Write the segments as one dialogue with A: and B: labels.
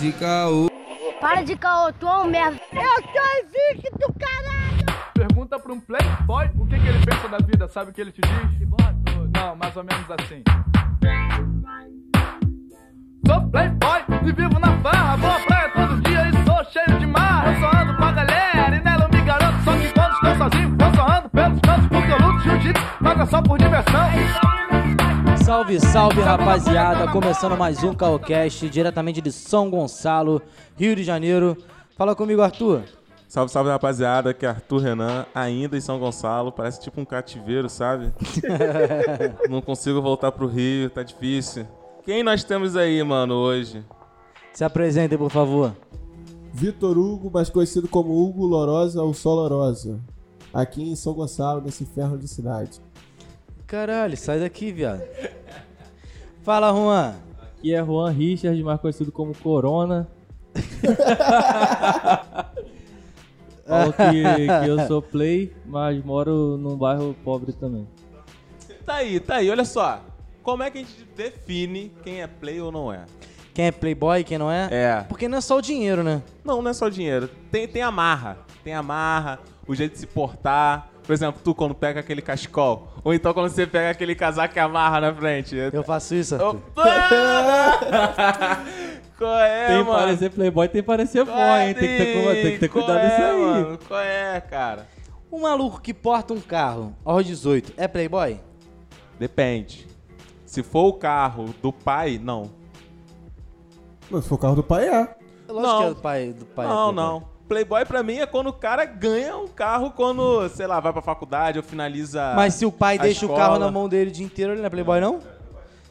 A: de caô.
B: Para de caô, tu é um merda. Eu tô invicto, caralho!
C: Pergunta pra um playboy o que, que ele pensa da vida, sabe o que ele te diz? Não, mais ou menos assim. Sou playboy e vivo na farra, vou à praia todo dia e sou cheio de marra. Eu só ando pra galera e nela eu me garanto, só que quando estou sozinho, eu só ando pelos cantos, porque eu luto jiu-jitsu, mas é só por diversão.
D: Salve, salve rapaziada! Começando mais um Calcast, diretamente de São Gonçalo, Rio de Janeiro. Fala comigo, Arthur.
E: Salve, salve rapaziada, que é Arthur Renan, ainda em São Gonçalo, parece tipo um cativeiro, sabe? Não consigo voltar pro Rio, tá difícil. Quem nós temos aí, mano, hoje?
D: Se apresentem, por favor.
F: Vitor Hugo, mais conhecido como Hugo Lorosa ou Sol Lorosa, aqui em São Gonçalo, nesse ferro de cidade.
D: Caralho, sai daqui, viado. Fala, Juan.
G: Aqui é Juan Richard, mais conhecido como Corona. Falo que, que eu sou play, mas moro num bairro pobre também.
E: Tá aí, tá aí, olha só. Como é que a gente define quem é play ou não é?
D: Quem é playboy, quem não é?
E: É.
D: Porque não é só o dinheiro, né?
E: Não, não é só dinheiro. Tem, tem a marra. Tem a marra, o jeito de se portar. Por exemplo, tu quando pega aquele cachecol. Ou então quando você pega aquele casaco que amarra na frente.
D: Eu faço isso, Arthur.
E: Opa! Qual é,
G: Tem
E: mano?
G: parecer playboy, tem parecer boy,
D: é,
G: hein? Tem que ter, cu- tem que ter
E: Qual
G: cuidado
E: é,
G: disso aí.
E: Mano? Qual é, cara?
D: Um maluco que porta um carro aos 18 é playboy?
E: Depende. Se for o carro do pai, não.
F: Mas foi o carro do pai, é.
D: Lógico
E: Não.
D: que é do pai do pai. é
E: não,
D: playboy.
E: não. Playboy pra mim é quando o cara ganha um carro quando, sei lá, vai pra faculdade ou finaliza.
D: Mas se o pai
E: a
D: deixa o carro
E: escola.
D: na mão dele o dia inteiro, ele não é playboy, não?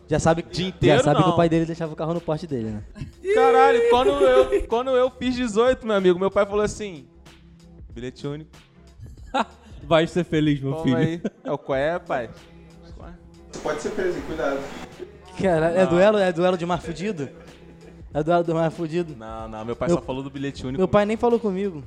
D: Já sabe,
E: Dia inteiro,
D: já sabe que
E: não.
D: o pai dele deixava o carro no porte dele, né?
E: Caralho, quando eu, quando eu fiz 18, meu amigo, meu pai falou assim: bilhete único,
G: Vai ser feliz, meu
E: toma
G: filho.
E: aí. É o qual é, pai?
D: Caralho, é duelo? É duelo de mar fudido? É duelo do mar fudido?
E: Não, não, meu pai
D: Meu-
E: só falou do bilhete único
D: Meu pai nem falou comigo.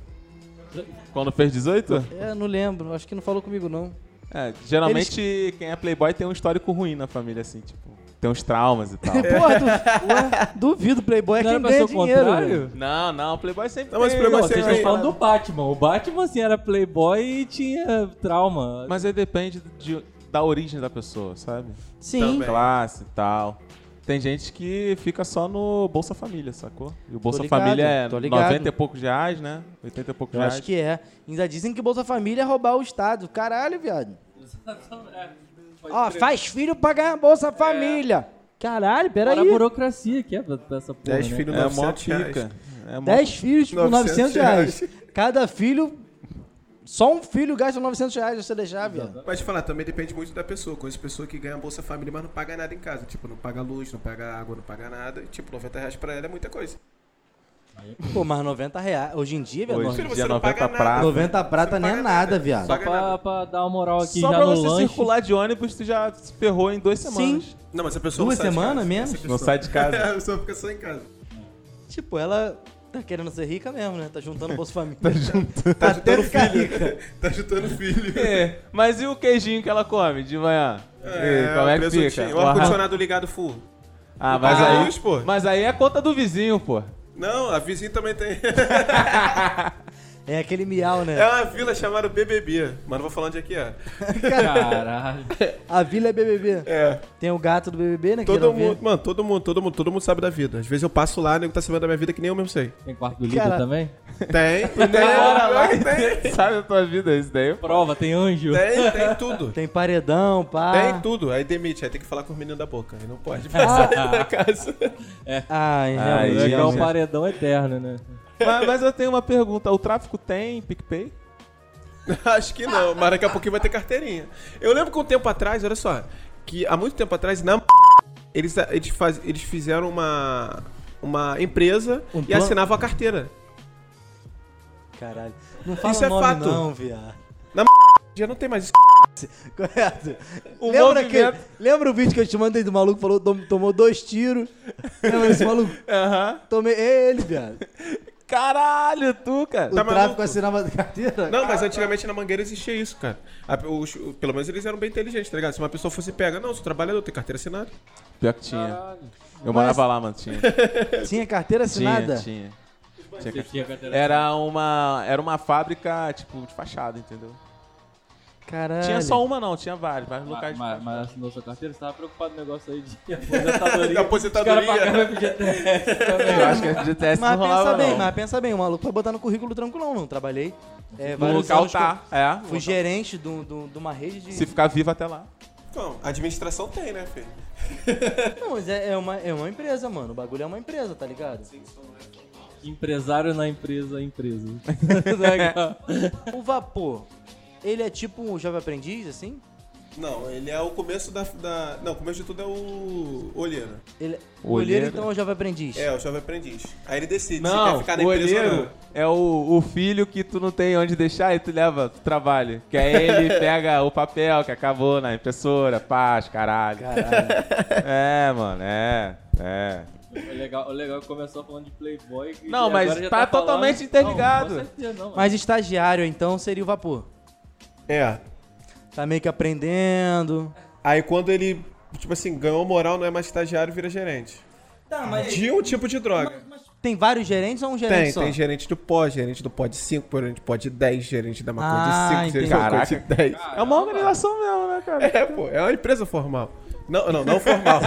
E: quando fez 18?
D: É, não lembro. Acho que não falou comigo, não.
E: É, geralmente quem é playboy tem um histórico ruim na família, assim, tipo, tem uns traumas e tal.
D: Porra, du... Ué, duvido, Playboy é
G: Não era
D: quem
G: pra ser
D: ganha
G: o
D: dinheiro. velho.
G: contrário?
E: Não, não, playboy sempre
F: Não, mas é
E: tem-
F: playboy
G: Pô,
F: Você
G: vocês
F: vai-
G: estão falando do Batman. O Batman, assim, era playboy e tinha trauma.
E: Mas aí depende de- da origem da pessoa, sabe?
D: Sim.
E: Classe e tal. Tem gente que fica só no Bolsa Família, sacou? E o Bolsa
D: ligado,
E: Família é
D: tô ligado.
E: 90 e poucos reais, né? 80 e poucos
D: Eu
E: reais.
D: acho que é. Ainda dizem que Bolsa Família é roubar o Estado. Caralho, viado. Ó, faz filho pra ganhar Bolsa Família. Caralho,
G: Era a
D: peraí.
G: burocracia que é pra- pra essa porra,
F: 10
G: né?
F: filhos,
E: É mó
F: 900 reais.
E: pica. É mó...
D: 10 filhos por 900
F: 900
D: reais.
F: reais.
D: Cada filho... Só um filho gasta 900 reais se você deixar, viado.
H: Pode falar, também depende muito da pessoa. Conheço pessoa que ganha Bolsa Família, mas não paga nada em casa. Tipo, não paga luz, não paga água, não paga nada. Tipo, 90 reais pra ela é muita coisa.
D: Pô, mas 90 reais... Hoje em dia, viado,
E: Hoje
H: Filho,
E: em
H: você
E: dia
H: não
E: 90
H: paga
E: prata.
H: nada.
D: 90 prata
H: Você não
D: nem é
H: paga
D: nada,
H: nada.
D: viado.
G: Só pra, pra dar uma moral aqui
E: Só
G: já
E: pra
G: no
E: você
G: lanche.
E: circular de ônibus, tu já ferrou em duas semanas.
D: Sim.
H: Não, mas a pessoa
D: Duas
H: não sai
D: semanas,
H: de casa.
D: menos?
H: Essa
E: Não sai de casa.
H: a pessoa fica só em casa.
D: Tipo, ela tá querendo ser rica mesmo, né? Tá juntando Bolsa Família. tá
H: Tá
D: até
H: juntando
D: ficar
H: filho.
D: rica.
H: tá juntando filho.
E: É, mas e o queijinho que ela come de manhã? E como é que
H: presuntinho.
E: fica?
H: O ar-condicionado ligado full.
E: Ah, mas
H: Ah,
E: aí,
H: luz, pô.
E: mas aí é conta do vizinho, pô.
H: Não, a vizinha também tem.
D: É aquele miau, né?
H: É uma vila chamada BBB. Mas não vou falar onde é que é.
G: Caralho.
D: A vila é BBB.
H: É.
D: Tem o gato do BBB, né? que
H: Todo
D: não vê.
H: mundo, mano, todo mundo, todo mundo, todo mundo sabe da vida. Às vezes eu passo lá, o nego tá sabendo da minha vida que nem eu mesmo sei.
G: Tem quarto do líder
D: Cara-
G: também?
H: Tem,
E: Bora lá,
H: tem, tem,
E: sabe a tua vida isso daí?
G: Prova, tem anjo.
H: tem, tem tudo.
D: Tem paredão, pá.
H: Tem tudo, aí demite, aí tem que falar com os meninos da boca, aí não pode passar aí da casa.
D: Ai,
E: Ai,
D: realmente.
G: É igual
E: gente.
G: um paredão eterno, né?
E: mas, mas eu tenho uma pergunta, o tráfico tem PicPay?
H: Acho que não, mas daqui a pouquinho vai ter carteirinha. Eu lembro que um tempo atrás, olha só, que há muito tempo atrás, na eles, eles, faz, eles fizeram uma, uma empresa
D: Um
H: e
D: plano?
H: assinavam a carteira.
D: Caralho. Não fala
H: Isso
D: o
H: é
D: nome
H: fato.
D: não, viado.
H: Já não tem mais isso.
D: Correto.
E: O
D: lembra,
E: movimento-
D: aquele- lembra o vídeo que eu te mandei do maluco? Falou, tom- tomou dois tiros. Lembra esse maluco?
E: Aham.
D: Tomei é ele, viado.
E: Caralho, tu, cara.
D: O
H: Tá
D: tráfico
H: maluco?
D: assinava a carteira?
H: Não, mas antigamente na Mangueira existia isso, cara. A- os- pelo menos eles eram bem inteligentes, tá ligado? Se uma pessoa fosse pega, não, sou trabalhador, tem carteira assinada.
E: Pior que tinha. Eu morava lá, mano. Tinha.
D: Tinha carteira assinada?
E: Tinha, tinha. Tinha carteira. Era uma, era uma fábrica, tipo, de fachada, entendeu?
D: Caralho.
E: Tinha só uma, não, tinha vários, vários locais.
G: Mas,
E: de
G: mas,
E: fachada.
G: mas assinou sua carteira? Você tava preocupado com o negócio aí de aposentadoria.
H: Da aposentadoria.
G: Os caras pagavam FGTS
E: Eu
G: também.
E: acho que a FGTS não
D: Mas pensa
E: rolava,
D: bem,
E: não.
D: mas pensa bem, o maluco pra botar no currículo tranquilão, não. Trabalhei. É,
E: No
D: vários
E: local
D: anos
E: tá, é.
D: que eu Fui gerente de um- de um- de uma rede de.
E: Se ficar vivo até lá.
H: Então, administração tem, né, filho?
D: Não, mas é, é uma, é uma empresa, mano. O bagulho é uma empresa, tá ligado?
G: Empresário na empresa, empresa.
D: O vapor, ele é tipo um jovem aprendiz, assim?
H: Não, ele é o começo da. da- não, o começo de tudo é o olheiro.
D: Ele...
E: O
D: O olheiro,
E: olheiro.
D: então, é um jovem aprendiz.
H: É, o jovem aprendiz. Aí ele decide se
E: Não,
H: quer ficar na
E: o
H: empresa ou
E: olheiro
H: não.
E: é o, o filho que tu não tem onde deixar e tu leva pro trabalho. Que aí ele pega o papel que acabou na impressora, paz, caralho. É, mano, é, é.
G: O legal, o legal é que começou falando de Playboy. e
E: Não, mas
G: agora já
E: tá
G: falando-
E: totalmente interligado.
G: Não, com certeza, não,
D: Mas estagiário, então, seria o vapor.
H: É.
D: Tá meio que aprendendo.
H: Aí quando ele, tipo assim, ganhou moral, não é mais estagiário, vira gerente.
D: Tá, mas
H: De um tipo de droga.
D: tem vários gerentes ou um gerente
H: Tem,
D: só?
H: tem gerente do pó, gerente do pó de 5, gerente do pó de 10, gerente da maconha de
D: Ah,
H: 5, gerente
D: entendi.
H: da maconha de 10.
E: É uma organização mesmo, né, cara?
H: É, pô, é uma empresa formal. Não, não, não formal.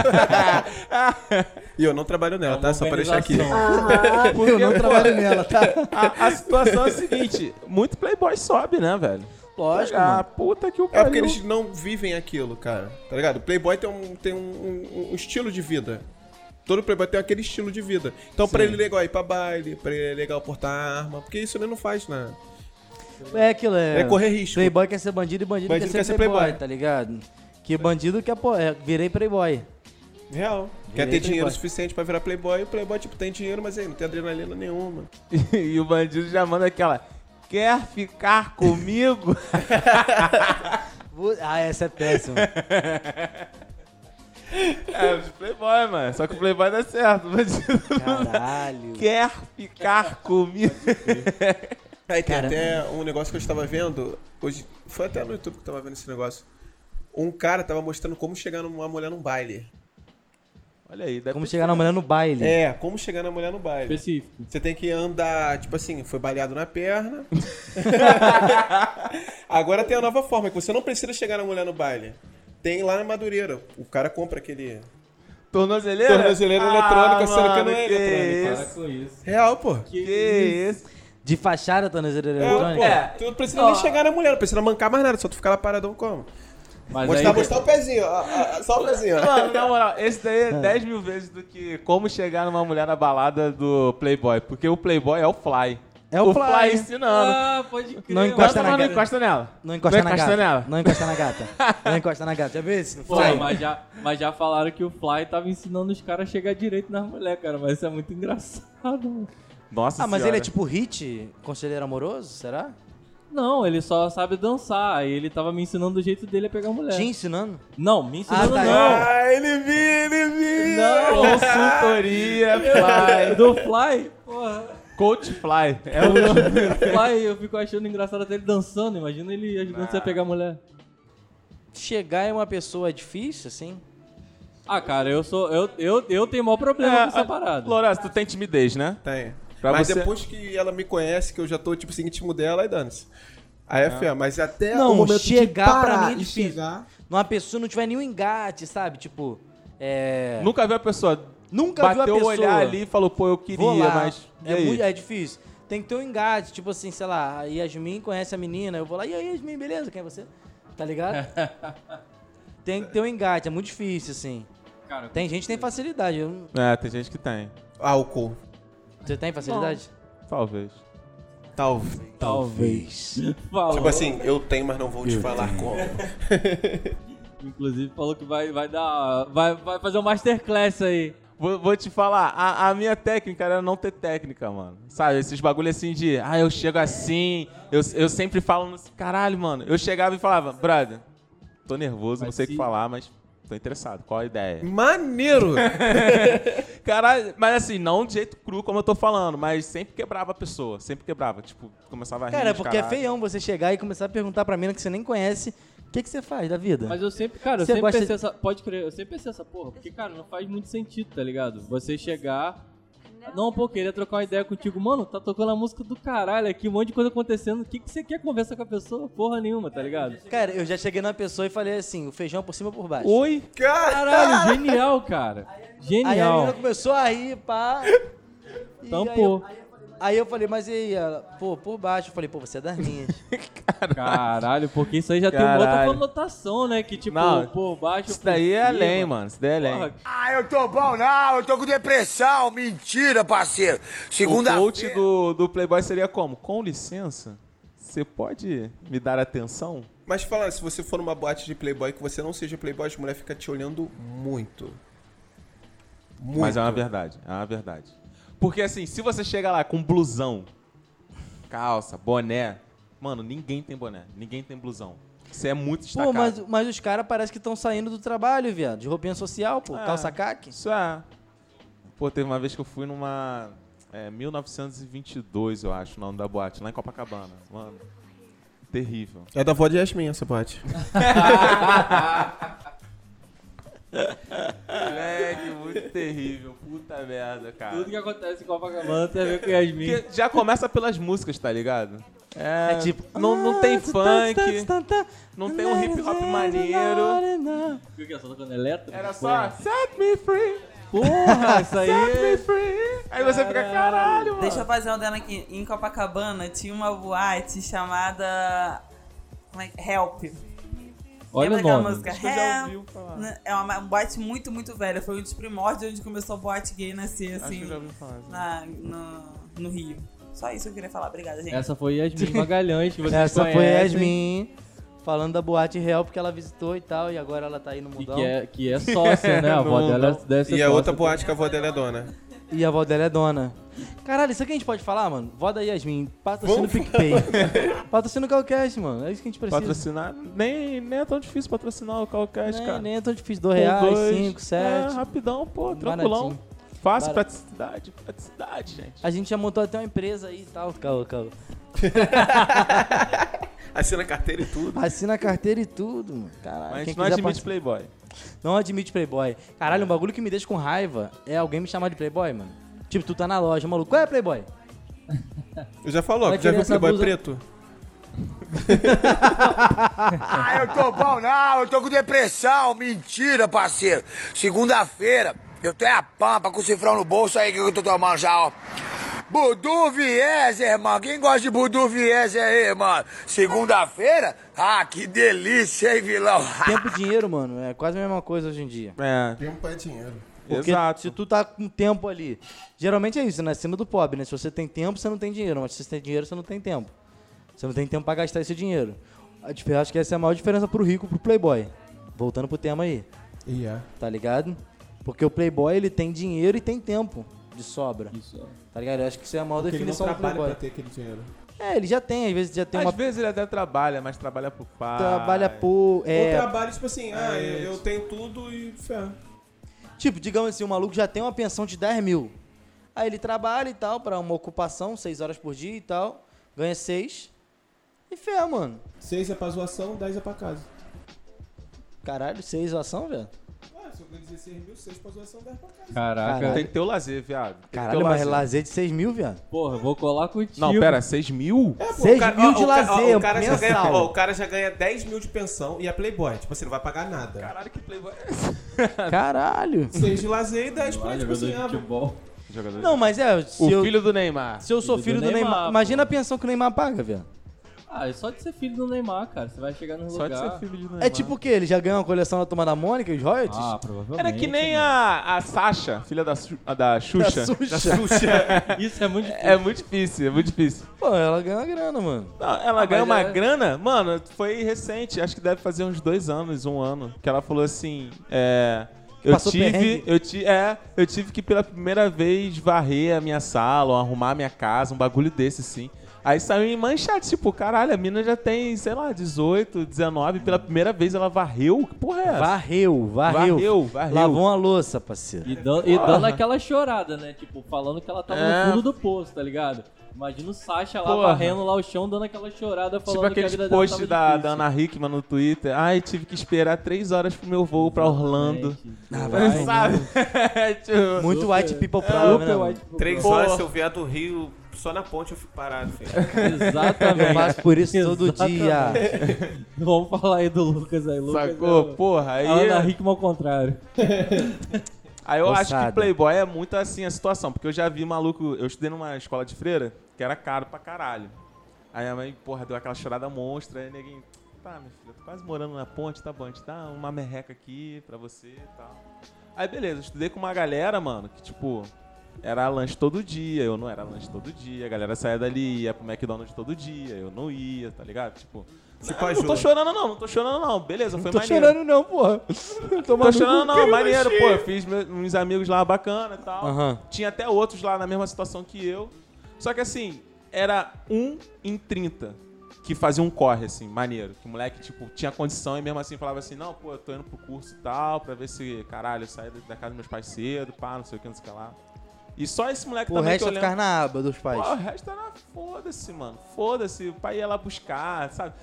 H: e eu não trabalho nela, tá? Só pra deixar aqui.
D: Ah, Eu não trabalho nela, tá?
E: A, a situação é a seguinte, muito playboy sobe, né, velho?
D: Lógico,
E: Ah,
D: mano.
E: puta que o
H: É
E: pariu.
H: porque eles não vivem aquilo, cara. Tá ligado? Playboy tem um, tem um, um- um estilo de vida. Todo playboy tem aquele estilo de vida. Então, pra ele é legal ir pra baile, pra ele é legal portar arma, porque isso ele não faz, né?
D: É aquilo, é...
H: É correr risco.
D: Playboy quer ser bandido e bandido,
H: Bandido
D: quer, ser playboy, tá ligado? Que bandido quer... Pô, é, virei playboy.
H: Real. Quer
D: Virei
H: ter dinheiro
D: playboy.
H: suficiente pra virar playboy, e o playboy, tipo, tem dinheiro, mas aí não tem adrenalina nenhuma.
E: e o bandido já manda aquela, quer ficar comigo?
D: Vou- Ah, essa é péssima.
E: é, os playboy, mano. Só que o playboy dá certo, o bandido não dá.
D: Caralho.
E: quer ficar comigo.
H: Aí tem
D: Caramba.
H: até um negócio que eu estava vendo hoje. Foi até no YouTube que eu tava vendo esse negócio. Um cara tava mostrando como chegar numa mulher num baile.
E: Olha aí, deve
D: Como
E: ter
D: chegar na mulher no baile.
H: É, como chegar na mulher no baile.
G: Específico.
H: Você tem que andar, tipo assim, foi baleado na perna. Agora tem a nova forma, que você não precisa chegar na mulher no baile. Tem lá na Madureira. O cara compra aquele.
E: tornozeleira. Ah,
H: Tornozeleira eletrônica, sendo que
E: mano,
H: não é
E: que
H: eletrônica.
G: Para
E: Isso,
G: com isso.
H: Real, pô.
E: que isso.
D: De fachada, tornozeleira
H: É,
D: eletrônica.
H: pô. Tu não precisa nem chegar na mulher, não precisa mancar mais nada, só tu ficar lá paradão como.
G: Mas
H: Mostrar,
G: aí,
H: mostrar o pezinho, ó, ó, ó, só o pezinho. ó.
E: Mano, na moral, esse daí é 10 mil vezes do que como chegar numa mulher na balada do Playboy. Porque o Playboy é o Fly.
D: É o
E: Fly,
D: Fly.
E: ensinando.
G: Ah, pode crer.
D: Não
G: mano.
D: encosta
E: Mas
D: na
E: não
D: gata.
E: encosta nela.
D: Não encosta,
E: não
D: na
E: encosta
D: gata.
E: nela.
D: Não encosta na gata. Não encosta na gata. Já viu isso?
G: Pô, mas já, mas já falaram que o Fly tava ensinando os caras a chegar direito nas mulheres, cara. Mas isso é muito engraçado, mano.
E: Nossa
D: Ah, mas
E: senhora.
D: ele é tipo hit? Conselheiro amoroso? Será?
G: Não, ele só sabe dançar. Aí ele tava me ensinando o jeito dele a pegar mulher.
E: É.
D: Te ensinando?
G: Não, me ensinando
D: Ah, tá.
G: não.
H: Ah, ele viu, ele viu.
E: Consultoria Fly.
G: Do Fly, porra.
E: Coach Fly. É o
G: Fly, eu fico achando engraçado até ele dançando. Imagina ele ajudando você a pegar mulher.
D: Chegar em uma pessoa é difícil, assim?
G: Ah, cara, eu sou. Eu, eu, eu tenho maior problema com essa parada.
D: É,
E: Lourenço, tu tem timidez, né?
H: Tem.
E: Pra
H: mas
E: você-
H: depois que ela me conhece, que eu já tô, tipo, assim, íntimo dela, aí dane-se. Aí é
I: Ah.
H: fé, mas até
D: Não,
H: o momento
D: chegar pra
J: Parar
D: mim é
J: e
D: difícil.
J: chegar.
D: Numa pessoa não tiver nenhum engate, sabe? Tipo, é.
E: Nunca viu a pessoa.
D: Nunca
E: bateu
D: viu a
E: o
D: pessoa.
E: olhar ali e falou, pô, eu
D: Vou
E: queria,
D: lá.
E: mas. E
D: é,
E: aí?
D: muito, é difícil. Tem que ter um engate, tipo assim, sei lá, a Yasmin conhece a menina, eu vou lá, e aí, Yasmin, beleza? Quem é você? Tá ligado? tem que ter um engate, é muito difícil, assim.
G: Cara,
D: Tem gente que tem facilidade. eu não-
E: É, tem gente que tem.
H: álcool.
D: Você tem facilidade?
E: Talvez.
H: Talvez.
D: Talvez.
G: falou.
H: Tipo assim, eu tenho, mas não vou te falar como.
G: Inclusive falou que vai, vai dar. Vai, vai fazer um masterclass aí.
E: Vou, vou te falar, a, a minha técnica era não ter técnica, mano. Sabe, esses bagulho assim de, ah, eu chego assim, eu, eu sempre falo, no- caralho, mano. Eu chegava e falava, brother, tô nervoso, não
G: Mas
E: sei o
G: se-
E: que falar, mas. tô interessado. Qual a ideia?
I: Maneiro!
E: Caralho, mas assim, não de jeito cru como eu tô falando, mas sempre quebrava a pessoa. Sempre quebrava. Tipo, começava a rir.
D: Cara, é
E: de
D: porque é
E: caralho.
D: feião você chegar e começar a perguntar pra mina que você nem conhece o que, que você faz da
E: É.
D: vida.
G: Mas eu sempre, cara, eu
D: Você
G: sempre
D: gosta
G: pensei essa. Pode crer, eu sempre pensei essa porra. Porque, cara, não faz muito sentido, tá ligado? Você chegar. Não, pô, queria trocar uma ideia contigo. Mano, tá tocando a música do caralho aqui, um monte de coisa acontecendo. O que, que você quer conversar com a pessoa? Porra nenhuma, tá ligado?
D: Cara, eu já cheguei numa pessoa e falei assim, o feijão por cima ou por baixo.
G: Oi? Caralho, genial, cara.
D: Aí a menina
E: é
G: Genial.
D: começou a rir, pá. E Aí eu,
G: Tampou.
D: aí eu falei, mas e aí? Ela, pô, por baixo. Eu falei, pô, você é das minhas.
G: Caralho, porque isso aí já tem uma outra
E: Caralho.
G: conotação, né? Que tipo,
E: Não,
G: pô, baixo.
E: Isso
G: por
E: daí é
G: cima.
E: além, mano. Isso daí é além.
G: Porra,
E: o coach do, do Playboy seria como? Com licença, você pode me dar atenção?
I: Mas fala, se você for numa boate de playboy que você não seja playboy, as mulheres ficam te olhando muito. Muito.
E: Mas é uma verdade, é uma verdade. Porque assim, se você chega lá com blusão, calça, boné, mano, ninguém tem boné, ninguém tem blusão. Você é muito destacado.
D: pô, mas, mas os caras parece que estão saindo do trabalho, viado. De roupinha social, pô.
E: É.
D: Calça caque.
E: Isso é. Pô, teve uma vez que eu fui numa. É, 1922, eu acho, o nome da boate, lá em Copacabana. Mano, terrível.
I: É da avó de Yasmin essa boate.
E: Moleque, muito terrível. Puta merda, cara.
G: Tudo que acontece em Copacabana tem a ver com Yasmin.
E: Porque já começa pelas músicas, tá ligado? É,
D: É tipo,
E: Não, não tem
D: ah,
E: funk,
D: tá, tá, tá, tá.
E: não tem um hip hop maneiro.
G: Porque eu é só tocando elétrico?
E: Era só Set Me Free,
G: Porra, isso aí.
E: Set Me Free. Aí você fica, caralho, mano.
K: Deixa eu fazer uma dela aqui. Em Copacabana tinha uma boate chamada. Como é que- Help.
G: Olha
K: Lembra
G: o
K: aquela
G: nome.
K: música?
E: Acho que eu já ouvi
K: Help.
E: falar.
K: Né? É uma um boate muito, muito velha. Foi um dos primórdios onde começou a boate gay nascer,
E: Acho que
K: assim,
E: eu já ouvi falar. assim.
K: na, no, no Rio. Só isso que eu queria falar. Obrigada, gente.
G: Essa foi Yasmin Magalhães, que vocês
D: Essa foi
G: conhecem,
D: Yasmin falando da boate real porque ela visitou e tal, e agora ela tá aí no
G: E
D: mundão.
G: que é, que é sócia, né? A avó
E: Não,
G: dela
E: não.
G: deve ser
I: E a outra
G: sócia.
I: boate que a avó dela é dona.
D: E a avó dela é dona. Caralho, isso aqui a gente pode falar, mano? Vó da Yasmin, patrocina o PicPay. patrocina o Calcast, mano. É isso que a gente precisa.
E: Patrocinar, nem, nem é tão difícil patrocinar o Calcast,
D: nem,
E: cara.
D: nem é tão difícil. Dois
E: Um,
D: reais,
E: dois,
D: cinco,
E: É,
D: sete.
E: rapidão, pô,
D: Baratinho.
E: tranquilão. Fácil,
D: Barato.
E: praticidade, praticidade, gente.
D: a gente já montou até uma empresa aí e tal. Calma, calma.
I: Assina carteira e tudo.
D: Assina a carteira e tudo, mano. Caralho.
E: Mas a
D: quem
E: gente não
D: quiser
E: admite É.
D: participar-
E: Playboy.
D: Não admite Playboy. Caralho, um bagulho que me deixa com raiva é alguém me chamar de Playboy, mano. Tipo, tu tá na loja, maluco. Qual é Playboy?
I: Eu já falou,
D: Vai
I: já
D: querer
I: viu
D: essa
I: playboy
D: blusa-
I: preto?
C: Ah, eu tô bom não, eu tô com depressão, mentira, parceiro. Segunda-feira, eu tenho a pampa com o cifrão no bolso aí que eu tô tomando já, ó. Budu Vieser, irmão. Quem gosta de Budu Vieser aí, mano? Segunda-feira? Ah, que delícia, hein, vilão?
D: Tempo e dinheiro, mano. É quase a mesma coisa hoje em dia.
E: É,
I: Tempo é dinheiro.
D: Porque
E: exato.
D: se tu tá com tempo ali. Geralmente é isso, né? Cena do pobre, né? Se você tem tempo, você não tem dinheiro. Mas se você tem dinheiro, você não tem tempo. Você não tem tempo pra gastar esse dinheiro. A dif- Acho que essa é a maior diferença pro rico e pro playboy. Voltando pro tema aí,
L: E é.
D: tá ligado? Porque o playboy, ele tem dinheiro e tem tempo de sobra.
G: Isso, ó.
D: Tá ligado? Eu acho que isso é a maior
L: Porque ele não
D: definição do
L: trabalha
D: playboy.
L: pra ter aquele dinheiro.
D: É, ele já tem. Às vezes já tem
E: Às
D: uma...
E: vezes ele até trabalha, mas trabalha pro pai.
D: Trabalha por...
I: Ou
D: É,
I: trabalho, tipo assim, ah, eu, eu tenho tudo e ferro.
D: Tipo, digamos assim, o maluco já tem uma pensão de 10 mil. Aí ele trabalha e tal, pra uma ocupação, 6 horas por dia e tal. Ganha 6. E fé, mano.
L: Seis é pra zoação, 10 é pra casa.
D: Caralho, 6 ação, velho.
L: Ah, se eu ganho 16 mil, 6 pra zoação, 10 pra casa.
G: Caraca.
D: Caralho.
E: Tem que ter o lazer, viado. Tem que ter
D: Caralho,
E: o
D: mas
E: lazer.
D: lazer de 6 mil, velho.
G: Porra, vou colar contigo.
E: Não, pera, 6 mil?
I: É, pô,
D: 6
I: o cara-
D: mil
I: ó,
D: de
I: o ca- ó,
D: lazer
I: o cara já ganha-
D: mensal.
I: ó, o cara já ganha 10 mil de pensão e é playboy. Tipo assim, não vai pagar nada.
E: Caralho, que playboy.
D: Caralho.
I: 6 de lazer e 10 pra,
G: Ah,
I: tipo
G: jogador
I: assim,
G: de
I: ah,
G: futebol.
E: Jogador.
D: Não, mas é,
E: o
D: se eu,
E: filho do Neymar.
D: se eu sou filho do, Neymar,
G: pô.
D: imagina a pensão que o Neymar paga, velho.
G: Ah, é só de ser filho do Neymar, cara. Você vai chegar no
E: Só
G: lugar.
E: de ser filho do Neymar.
D: É tipo o quê? Ele já ganha uma coleção da Turma da Mônica, os royalties?
G: Ah, provavelmente.
E: Era que nem a, a Sasha, filha da, Su- a da Xuxa.
G: Isso é muito difícil.
E: É muito difícil, é muito difícil.
D: Pô, ela ganha uma grana, mano.
E: Não, ela ganhou uma
G: mas é-
E: grana, mano, foi recente, acho que deve fazer uns dois anos, um ano, que ela falou assim, é. Eu
D: Passou
E: tive,
D: perrengue.
E: eu, ti, é, eu tive que pela primeira vez varrer a minha sala, ou arrumar a minha casa, um bagulho desse, sim. Aí saiu em manchete, tipo, caralho, a mina já tem, sei lá, 18, 19, pela primeira vez ela varreu? Que porra é essa?
D: Varreu, varreu.
E: Varreu, varreu.
D: Lavou uma louça, parceiro.
G: E, dan- e dando aquela chorada, né? Tipo, falando que ela tava
E: É.
G: no fundo do poço, tá ligado? Imagina o Sasha lá
E: Porra.
G: varrendo lá o chão, dando aquela chorada, falando
E: Tipo
G: que a
E: aqueles
G: vida dela
E: posts
G: tava
E: da,
G: difícil.
E: da Ana Hickman no Twitter. Ai, tive que esperar três horas pro meu voo pra Orlando.
D: Ah, vai,
E: Sabe? tipo,
D: Muito white people problem, né?
G: Super
D: mano?
G: é white
H: Três
E: Porra.
H: horas se eu vier do Rio, só na ponte eu fico parado, filho.
D: Eu
G: Exatamente.
D: passo por isso todo dia.
G: Vamos falar aí do Lucas aí, Lucas.
E: Sacou?
G: é o-
E: Tipo, Porra, aí.
G: A Ana Hickman ao contrário.
E: Aí eu acho
D: Ossada.
E: que Playboy é muito assim a situação, porque eu já vi maluco. Eu estudei numa escola de freira que era caro pra caralho. Aí a mãe, porra, deu aquela chorada monstra, aí neguinho, tá, meu filho, eu tô quase morando na ponte, tá bom, a gente dá uma merreca aqui pra você e tal. Aí beleza, eu estudei com uma galera, mano, que tipo, era lanche todo dia, eu não era lanche todo dia, a galera saía dali, ia pro McDonald's todo dia, eu não ia, tá ligado? Tipo, não, não, tô chorando não, não tô chorando não, beleza, foi
D: Tô
E: maneiro.
D: chorando não, porra.
E: Tô chorando, não, maneiro, pô. eu Fiz me- uns amigos lá bacana e tal.
D: Aham.
E: Tinha até outros lá na mesma situação que eu. Só que assim, era um em 30 que fazia um corre, assim, maneiro. Que o moleque, tipo, tinha condição e mesmo assim falava assim, não, pô, eu tô indo pro curso e tal, pra ver se, caralho, eu saio da- da casa dos meus pais cedo, pá, não sei o que, não sei o que lá. E só esse moleque
D: O
E: também
D: resto
E: que
D: é
E: eu
D: ficar
E: lembro...
D: na aba dos pais.
E: Pô, o resto era foda-se, mano. Foda-se. O pai ia lá buscar, sabe?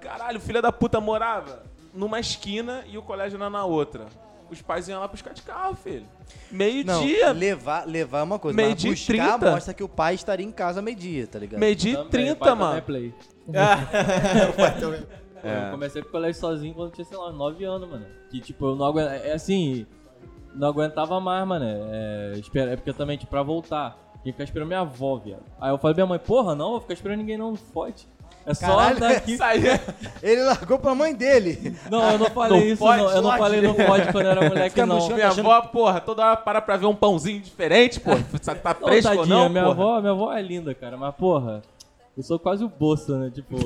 E: Caralho, o filho da puta morava numa esquina e o colégio era na outra. Os pais iam lá buscar de carro, filho.
D: Não,
E: Meio-dia.
D: levar, levar é uma coisa.
E: Meio
D: mas
E: dia e
D: buscar
E: 30?
D: mostra que o pai estaria em casa meio-dia, tá ligado?
E: Meio-dia e
G: Também,
E: 30,
G: pai também
E: mano.
G: play. Pô, Eu comecei pro colégio sozinho quando eu tinha, sei lá, 9 anos, mano. Que, tipo, eu não aguentava... É assim, não aguentava mais, mano. É, espera- é porque eu também, tipo, pra voltar, tinha que ficar esperando minha avó, viado. Aí eu falei pra minha mãe, porra, não, vou ficar esperando ninguém não, não fode. É só
D: Caralho,
G: andar aqui.
E: Saía-
D: Ele largou pra mãe dele.
G: Não, eu não falei
E: Não
G: isso,
E: fode,
G: não. Eu não
E: fode.
G: falei não pode quando eu era moleque,
D: Fica no
G: não.
D: chão,
E: Minha
D: Tá achando-
E: avó, porra, toda hora para pra ver um pãozinho diferente, porra. Tá, tá
G: Não,
E: fresco ou
G: tadinha,
E: não,
G: minha
E: porra?
G: avó, minha avó é linda, cara, mas porra, eu sou quase o bolso, né? Tipo.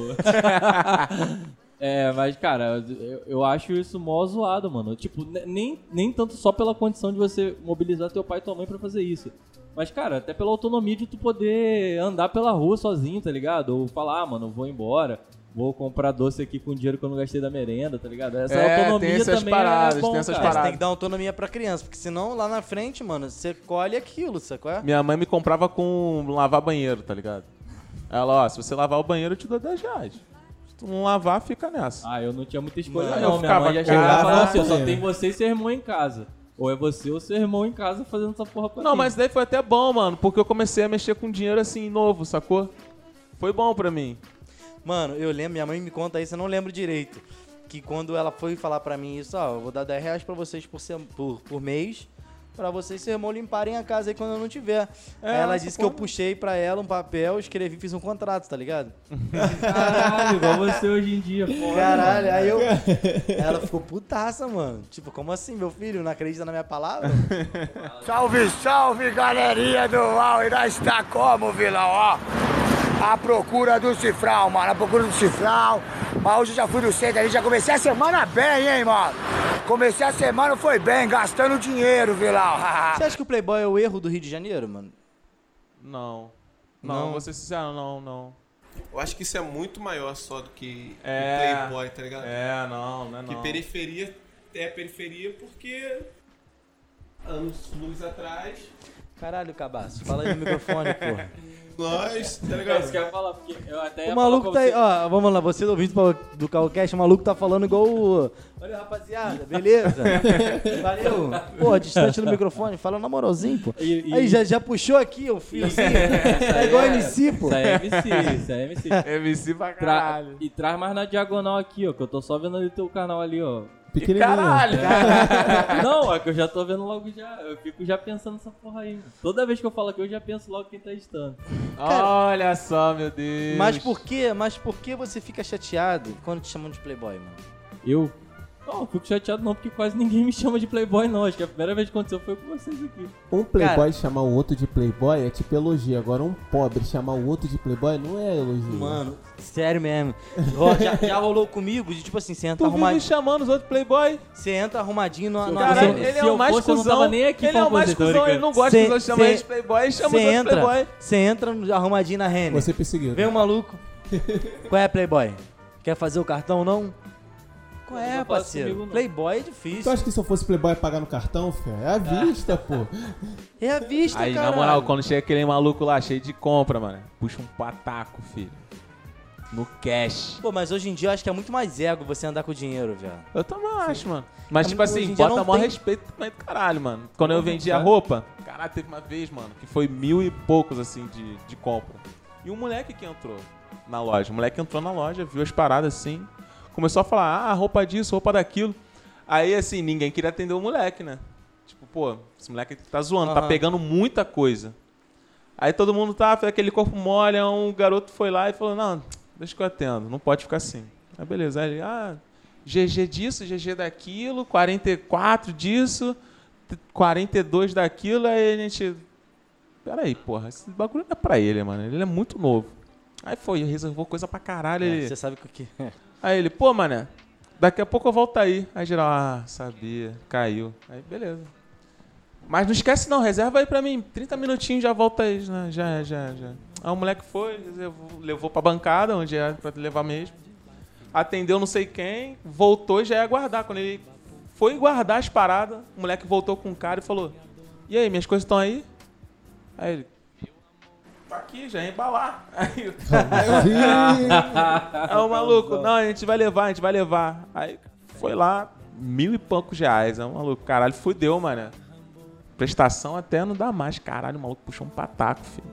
G: é, mas, cara, eu, eu acho isso mó zoado, mano. Tipo, ne- nem, nem tanto só pela condição de você mobilizar teu pai e tua mãe pra fazer isso. Mas, cara, até pela autonomia de tu poder andar pela rua sozinho, tá ligado? Ou falar, ah, mano, vou embora. Vou comprar doce aqui com o dinheiro que eu não gastei da merenda, tá ligado? Essa
E: É, tem
G: autonomia
E: essas
G: também
E: paradas,
G: é bom,
E: tem essas
G: cara.
D: Mas
E: Parado.
D: tem que dar autonomia pra criança, porque senão lá na frente, mano, você colhe aquilo, sacou? É?
E: Minha mãe me comprava com lavar banheiro, tá ligado? Ela, ó, se você lavar o banheiro, eu te dou 10 reais. Se tu não lavar, fica nessa.
G: Ah, eu não tinha muita escolha,
E: Mano,
G: não.
E: eu
G: Minha
E: ficava,
G: mãe já chegava e falava assim:
L: "Caralho".
G: só tem você e seu irmão em casa. Ou é você ou seu irmão em casa fazendo essa porra pra
E: Não,
G: mim.
E: mas daí foi até bom, mano, porque eu comecei a mexer com dinheiro assim, novo, sacou? Foi bom pra mim.
D: Mano, eu lembro, minha mãe me conta isso, eu não lembro direito. Que quando ela foi falar pra mim isso, ó, eu vou dar 10 reais pra vocês por, sem- por, por mês, pra vocês e seu irmão limparem a casa aí quando eu não tiver. aí ela disse que eu puxei pra ela um papel, escrevi, fiz um contrato, tá ligado?
G: Caralho, igual você hoje em dia, foda.
D: Caralho, aí eu. Ela ficou putaça, mano. Tipo, como assim, meu filho? Não acredita na minha palavra?
C: Salve, salve, galerinha do mal. E nós tá como, vilão, ó? A procura do cifrão, mano. A procura do cifrão. Mas hoje eu já fui no centro ali, já comecei a semana bem, hein, mano? Comecei a semana, foi bem, gastando dinheiro, vilão.
D: Você acha que o Playboy é o erro do Rio de Janeiro, mano?
E: Não. Não,
D: Não.
E: vou ser sincero, não, não.
H: Eu acho que isso é muito maior só do que
E: É.
H: o Playboy, tá ligado?
E: É, não, não é
H: Que
E: não.
H: periferia é periferia porque anos luz atrás,
D: Caralho, cabaço. Fala aí no microfone, porra.
H: nós, tá
E: É
G: Cara, isso
H: ligado?
G: que eu ia falar, porque eu até ia
D: O maluco tá
G: falar
D: aí,
G: com você.
D: ó, vamos lá, você ouvinte do- do Calcast, o maluco tá falando igual o. Olha, rapaziada, beleza? Valeu. Pô, distante do microfone, fala na moralzinho, pô.
G: E- e-
D: Aí já, já puxou aqui o fiozinho. É igual
G: é-
D: MC, pô.
G: Isso aí é MC, isso aí é MC.
E: MC pra
G: Tra-
E: caralho.
G: E traz mais na diagonal aqui, ó, que eu tô só vendo ali teu canal ali, ó.
L: Pequenininho.
E: Caralho!
G: Não, é que eu já tô vendo logo já. Eu fico já pensando nessa porra aí. mano. Toda vez que eu falo aqui, eu já penso logo quem tá editando.
E: Olha só, meu Deus.
G: é
D: Mas por quê? Mas por que você fica chateado quando te chamam de Playboy, mano?
G: Eu? Não, eu fico chateado não, porque quase ninguém me chama de playboy não. Acho que a primeira vez que aconteceu foi com vocês aqui.
L: Um playboy chamar o outro de playboy é tipo elogio. Agora, um pobre chamar o outro de playboy não é elogio.
D: Mano, sério mesmo. Ó, já, já rolou comigo de tipo assim, você entra,
E: Tu vive
D: arrumadinho,
E: chamando os outros playboy?
D: você entra arrumadinho numa. numa
E: Caralho,
D: você-
G: fosse-
E: ele
G: se
E: é o
G: eu
E: mais
G: fosse, eu não
E: cuzão.
G: tava nem
E: ele
G: aqui
E: é o
G: falando
E: mais
G: isso,
E: cuzão,
G: Dorica.
E: ele não gosta
D: Cê-
E: que os outros chamem
D: cê-
E: ele de playboy e chama
D: Você
E: os outros
D: entra,
E: playboy.
D: você entra no- arrumadinho na Renner.
L: Você é perseguido.
D: Vem um maluco. Qual é, Playboy? Quer fazer o cartão não? Qual
G: Não
D: é,
G: fala
D: parceiro?
G: comigo, não.
D: Playboy é
L: Tu
D: difícil.
L: acha que se eu fosse playboy ia pagar no cartão, fé? É
D: Ah.
L: à vista, pô.
D: É a vista,
E: Aí,
D: cara.
E: na moral, quando chega aquele maluco lá cheio de compra, mano, puxa um pataco, filho. No cash.
D: Pô, mas hoje em dia eu acho que é muito mais ego você andar com dinheiro, velho.
E: Eu também acho, mano. Mas,
D: É,
E: tipo
D: hoje
E: assim,
D: em dia
E: bota
D: não
E: maior
D: tem-
E: respeito também do caralho, mano. Quando eu vendia roupa, caralho, teve uma vez, mano, que foi mil e poucos, assim, de, de compra. E um moleque que entrou na loja. O moleque entrou na loja, viu as paradas assim, começou a falar, ah, roupa disso, roupa daquilo. Aí, assim, ninguém queria atender o moleque, né? Tipo, pô, esse moleque tá zoando, tá
D: Aham.
E: pegando muita coisa. Aí todo mundo tá, foi aquele corpo mole, aí um garoto foi lá e falou, não, deixa que eu atendo, não pode ficar assim. Aí beleza, aí ele, ah, GG disso, GG daquilo, 44 disso, t- 42 daquilo, aí a gente, peraí, porra, esse bagulho não é pra ele, mano, ele é muito novo. Aí foi, reservou coisa pra caralho. ele-
D: É, Você sabe que o que.
E: Aí ele, pô, mané, daqui a pouco eu volto aí. Aí geral, ah, sabia, caiu. Aí, beleza. Mas não esquece não, reserva aí pra mim, 30 minutinhos já volta aí, né? já, já, já. Aí o moleque foi, reservou, levou pra bancada, onde era pra levar mesmo. Atendeu não sei quem, voltou e já ia guardar. Quando ele foi guardar as paradas, o moleque voltou com o cara e falou, e aí, minhas coisas estão aí? Aí ele, tá aqui, já ia embalar. Aí o Aí o maluco, não, a gente vai levar, a gente vai levar. Aí foi lá, mil e poucos reais. Aí o maluco, caralho, fudeu, mano. Prestação até não dá mais. Caralho, o maluco puxou um pataco, filho.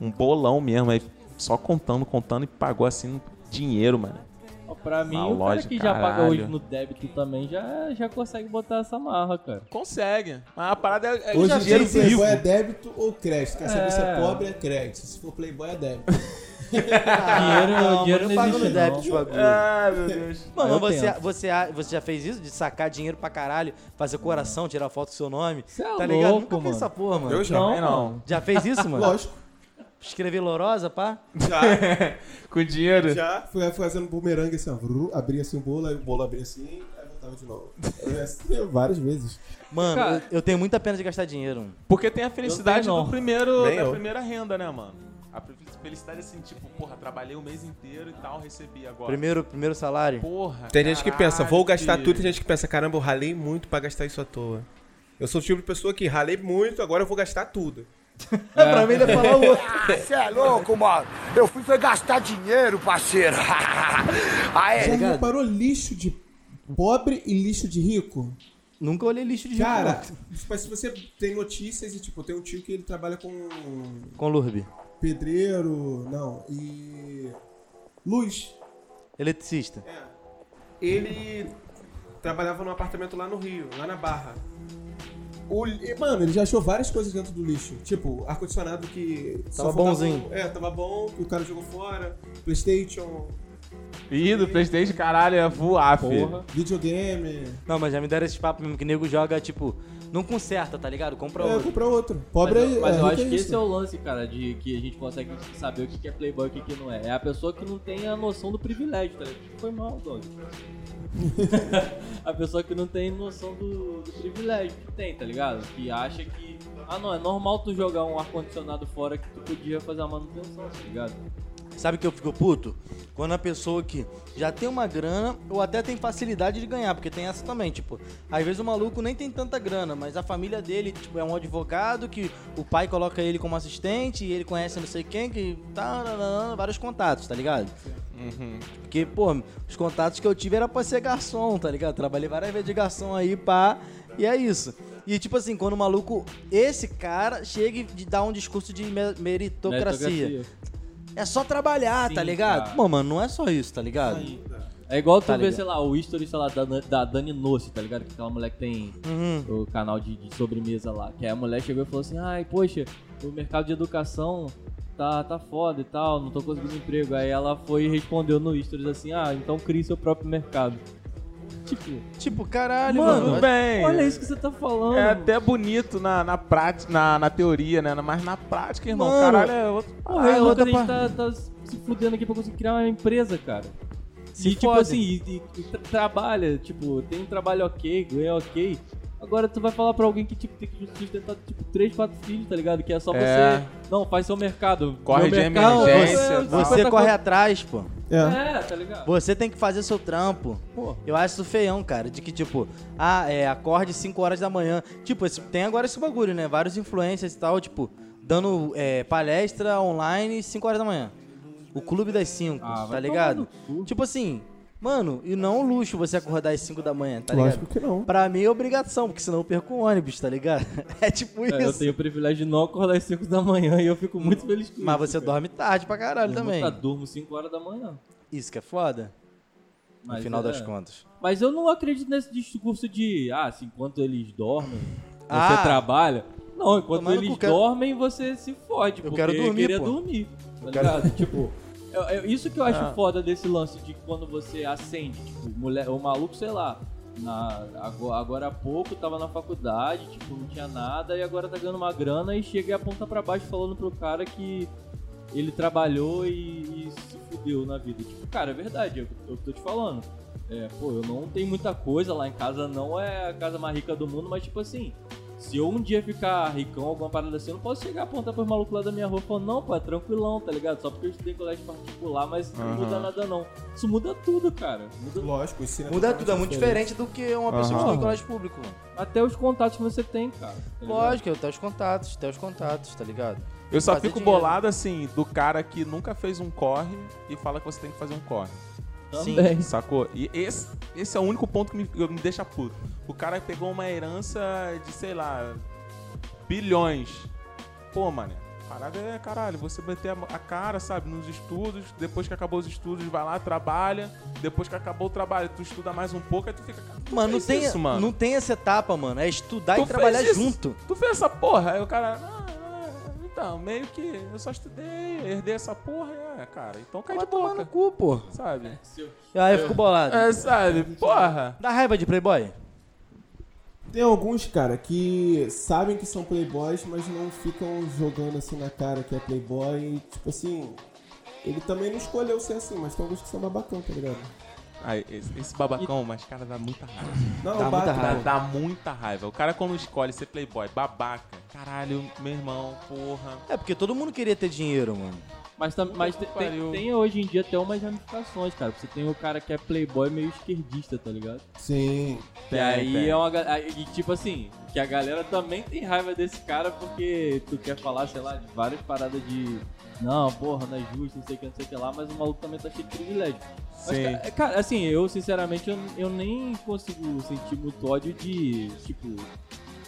E: Um bolão mesmo, aí só contando, contando e pagou assim dinheiro, mano.
G: Ó, Pra mim,
E: Na
G: o cara
E: loja,
G: que já paga hoje
E: caralho.
G: no débito também já, já consegue botar essa marra, cara.
E: Consegue. Mas a parada é, é
L: Hoje em dia,
E: dinheiro
L: playboy
E: vivo.
L: é débito ou crédito? Quer saber se é
G: É.
L: pobre, é crédito. Se for playboy, é débito.
G: Dinheiro,
D: Não, mano,
G: dinheiro não,
D: eu pago
G: existe,
D: no
G: não. É.
D: débito os bagulho.
E: Ai, meu Deus.
D: Mano,
G: eu
D: você,
G: tento.
D: você, você já fez isso? De sacar dinheiro pra caralho, fazer coração, tirar foto do seu nome?
G: Cê é
D: tá ligado?
G: louco,
D: Nunca fiz
G: mano.
D: essa porra, mano.
E: Eu já não,
G: Não,
E: não.
D: Já fez isso, mano?
L: Lógico.
D: Escrever Lorosa, pá?
E: Com dinheiro.
L: Já fui fui fazendo bumerangue assim, ó. Vru, abria assim o bolo, aí o bolo abria assim, aí voltava de novo. Eu ia assim, várias vezes.
D: Mano,
G: Cara-
D: eu, eu tenho muita pena de gastar dinheiro. mano.
E: Porque tem a felicidade
G: Eu tenho,
E: do
G: não.
E: primeiro,
H: Nem
E: da
H: eu.
E: primeira renda, né, mano? A pre- felicidade assim, tipo, porra, trabalhei o mês inteiro e tal, recebi agora.
D: Primeiro, primeiro salário.
E: Porra.
H: Tem gente que pensa, vou gastar tudo,
E: e
H: tem gente que pensa, caramba, eu ralei muito pra gastar isso à toa. Eu sou o tipo de pessoa que ralei muito, agora eu vou gastar tudo.
G: É.
D: pra mim, ele ia falar o outro.
C: Ah, cê é louco, mano. Eu fui foi gastar dinheiro, parceiro.
L: Já
C: Aí,
L: reparou lixo de pobre e lixo de rico?
D: Nunca olhei lixo de
L: Cara,
D: gente,
L: mas se você tem notícias e tipo, tem um tio que ele trabalha com
D: não. Com Lurbe.
L: pedreiro, não, e luz.
D: Eletricista.
M: Ele trabalhava num apartamento lá no Rio, lá na Barra.
L: O, e, mano, ele já achou várias coisas dentro do lixo. Tipo, ar-condicionado que. só
D: Tava
L: faltava
D: bonzinho.
L: um- é, tava bom, que o cara jogou fora. Playstation,
E: Ih, do Playstation, caralho, é voar, filho.
L: videogame.
D: Não, mas já me deram esse papo mesmo que nego joga, tipo, não conserta, tá ligado? Compra
L: É,
D: outro.
L: comprar outro.
G: Mas,
L: Pobre
G: eu-
L: é.
G: mas eu
L: rico
G: acho que
L: isso.
G: esse é o lance, cara, de que a gente consegue saber o que que é playboy e o que que não é. É a pessoa que não tem a noção do privilégio, tá ligado? Foi mal, Dog. a pessoa que não tem noção do, do privilégio que tem, tá ligado? Que acha que. Ah não, é normal tu jogar um ar-condicionado fora que tu podia fazer a manutenção, tá ligado?
D: Sabe que eu fico puto? Quando a pessoa que já tem uma grana ou até tem facilidade de ganhar, porque tem essa também, tipo, às vezes o maluco nem tem tanta grana, mas a família dele, tipo, é um advogado que o pai coloca ele como assistente e ele conhece não sei quem, que tá, nananana, vários contatos, tá ligado? Porque, pô, os contatos que eu tive era pra ser garçom, tá ligado? Trabalhei várias vezes de garçom aí, pá, e é isso. E, tipo assim, quando o maluco, esse cara, chega e de- dá um discurso de me- meritocracia. É só trabalhar,
G: Sim,
D: tá ligado?
G: cara.
D: Bom, mano, não é só isso, tá ligado?
G: É igual tu
D: Tá
G: ver,
D: ligado.
G: sei lá, o history, sei lá, da, da Dani Noce, tá ligado? Que aquela mulher que tem
D: Uhum.
G: o canal de, de sobremesa lá. Que aí a mulher chegou e falou assim, ai, poxa, o mercado de educação tá, tá foda e tal, não tô conseguindo emprego. Aí ela foi e respondeu no stories assim, ah, então crie seu próprio mercado. Tipo,
D: Tipo, caralho,
E: Mano,
D: mano.
E: bem.
G: olha isso que você tá falando.
E: É até bonito na, na, prática, na, na teoria, né? Mas na prática, irmão,
D: Mano,
E: caralho é outro.
G: Porra,
D: Ah,
G: é louco, a
D: outra
G: gente tá, tá se fudendo aqui pra conseguir criar uma empresa, cara.
D: Se
G: e tipo
D: fode.
G: assim, e, e- e tra- trabalha, tipo, tem um trabalho ok, ganha ok. Agora tu vai falar pra alguém que tipo, tem que sustentar tipo 3, 4 filhos, tá ligado? Que é só
E: É.
G: você. Não, faz seu mercado.
E: Corre
G: Meu
E: de
G: mercado,
E: emergência,
G: eu- eu-
E: tal.
G: 50
D: Você corre
G: conto-
D: atrás, pô.
L: É.
G: É, tá ligado?
D: Você tem que fazer seu trampo.
G: Pô.
D: Eu acho isso feião, cara. De que, tipo, ah, é, acorde 5 horas da manhã. Tipo, esse- tem agora esse bagulho, né? Vários influencers e tal, tipo, dando é, palestra online 5 horas da manhã. O clube das 5,
G: Ah,
D: tá
G: vai
D: ligado?
G: tomar no cu.
D: Tipo assim, mano, e não é um luxo você acordar às 5 da manhã, tá
L: Lógico
D: ligado?
L: que não.
D: Pra mim é obrigação, porque senão eu perco o ônibus, tá ligado? É tipo
G: É, eu
D: isso.
G: tenho o privilégio de não acordar às 5 da manhã e eu fico muito feliz com isso.
D: Mas você dorme tarde pra caralho também.
G: Eu durmo 5 horas da manhã.
D: Isso que é foda, no
G: Mas
D: final
G: é-
D: das contas.
G: Mas eu não acredito nesse discurso de, ah, assim, enquanto eles dormem, você
D: Ah.
G: trabalha. Não, enquanto
D: Tomar no
G: eles
D: cu, quero-
G: dormem, você se fode.
D: Eu
G: porque
D: quero dormir,
G: queria
D: pô.
G: dormir. Tá
D: quero- Ah.
G: ligado? Tipo, é- é isso que eu acho foda desse lance de quando você acende. Tipo, mulher, o maluco, sei lá, na, agora, agora há pouco tava na faculdade, tipo, não tinha nada, e agora tá ganhando uma grana e chega e aponta pra baixo falando pro cara que ele trabalhou e, e se fudeu na vida. Tipo, cara, é verdade, é o que eu tô te falando. É, pô, eu não tenho muita coisa lá em casa, não é a casa mais rica do mundo, mas tipo assim, se eu um dia ficar ricão, alguma parada assim, eu não posso chegar a apontar pros malucos lá da minha rua e falar, não, pô, é tranquilão, tá ligado? Só porque eu estudei em colégio particular, mas isso não muda nada não. Isso muda tudo, cara. Muda
L: Lógico, ensina
D: Muda tudo, é muito diferente do que uma pessoa que
E: Aham.
D: estuda em colégio público, mano.
E: Tá
G: até os contatos que você tem, cara. tá ligado?
D: Lógico, até os contatos, até os contatos, tá ligado?
E: Eu só
D: Fazer
E: fico
D: dinheiro.
E: bolado, assim, do cara que nunca fez um corre e fala que você tem que fazer um corre.
G: Também.
E: Sacou? E esse, esse é o único ponto que me, eu- me deixa puto. O cara pegou uma herança de, sei lá, bilhões. Pô, mano, parada é, caralho, você bater a, a cara, sabe, nos estudos, depois que acabou os estudos, vai lá, trabalha, depois que acabou o trabalho, tu estuda mais um pouco, aí tu fica... cara, tu
D: Mano, não
E: fez
D: tem,
E: É isso, mano.
D: não tem essa etapa, mano. É estudar
E: Tu
D: e trabalhar
E: fez isso?
D: junto.
E: Tu fez essa porra? Aí o cara... "Ah, ah, então, meio que eu só estudei, herdei essa porra, é, cara. Então cai
D: Vai
E: de
D: tomar no
E: boca,
D: cu, pô.
E: sabe?
D: E aí eu fico bolado.
E: É, sabe? Porra.
D: Dá raiva de playboy?
L: Tem alguns, cara, que sabem que são playboys, mas não ficam jogando assim na cara que é playboy. E, tipo assim, ele também não escolheu ser assim, mas tem alguns que são babacão, tá ligado?
E: Aí, esse, esse babacão, mas cara, dá muita raiva.
L: Não,
D: Dá muita
L: babaca,
E: Dá,
D: raiva.
E: dá muita raiva. O cara quando escolhe ser playboy, babaca. Caralho, meu irmão, porra.
D: É porque todo mundo queria ter dinheiro, mano.
G: Mas, tam- mas te-
E: pariu.
G: tem, tem hoje em dia até umas ramificações, cara. Você tem o cara que é playboy meio esquerdista, tá ligado?
L: Sim.
E: Tem,
G: e aí
E: tem.
G: é uma ga- aí- E tipo assim, que a galera também tem raiva desse cara porque tu quer falar, sei lá, de várias paradas de. Não, porra, não é justo, não sei o que, não sei o que lá, mas o maluco também tá cheio de privilégio. Mas,
E: Sim.
G: ca- cara, assim, eu sinceramente eu, eu nem consigo sentir muito ódio de, tipo,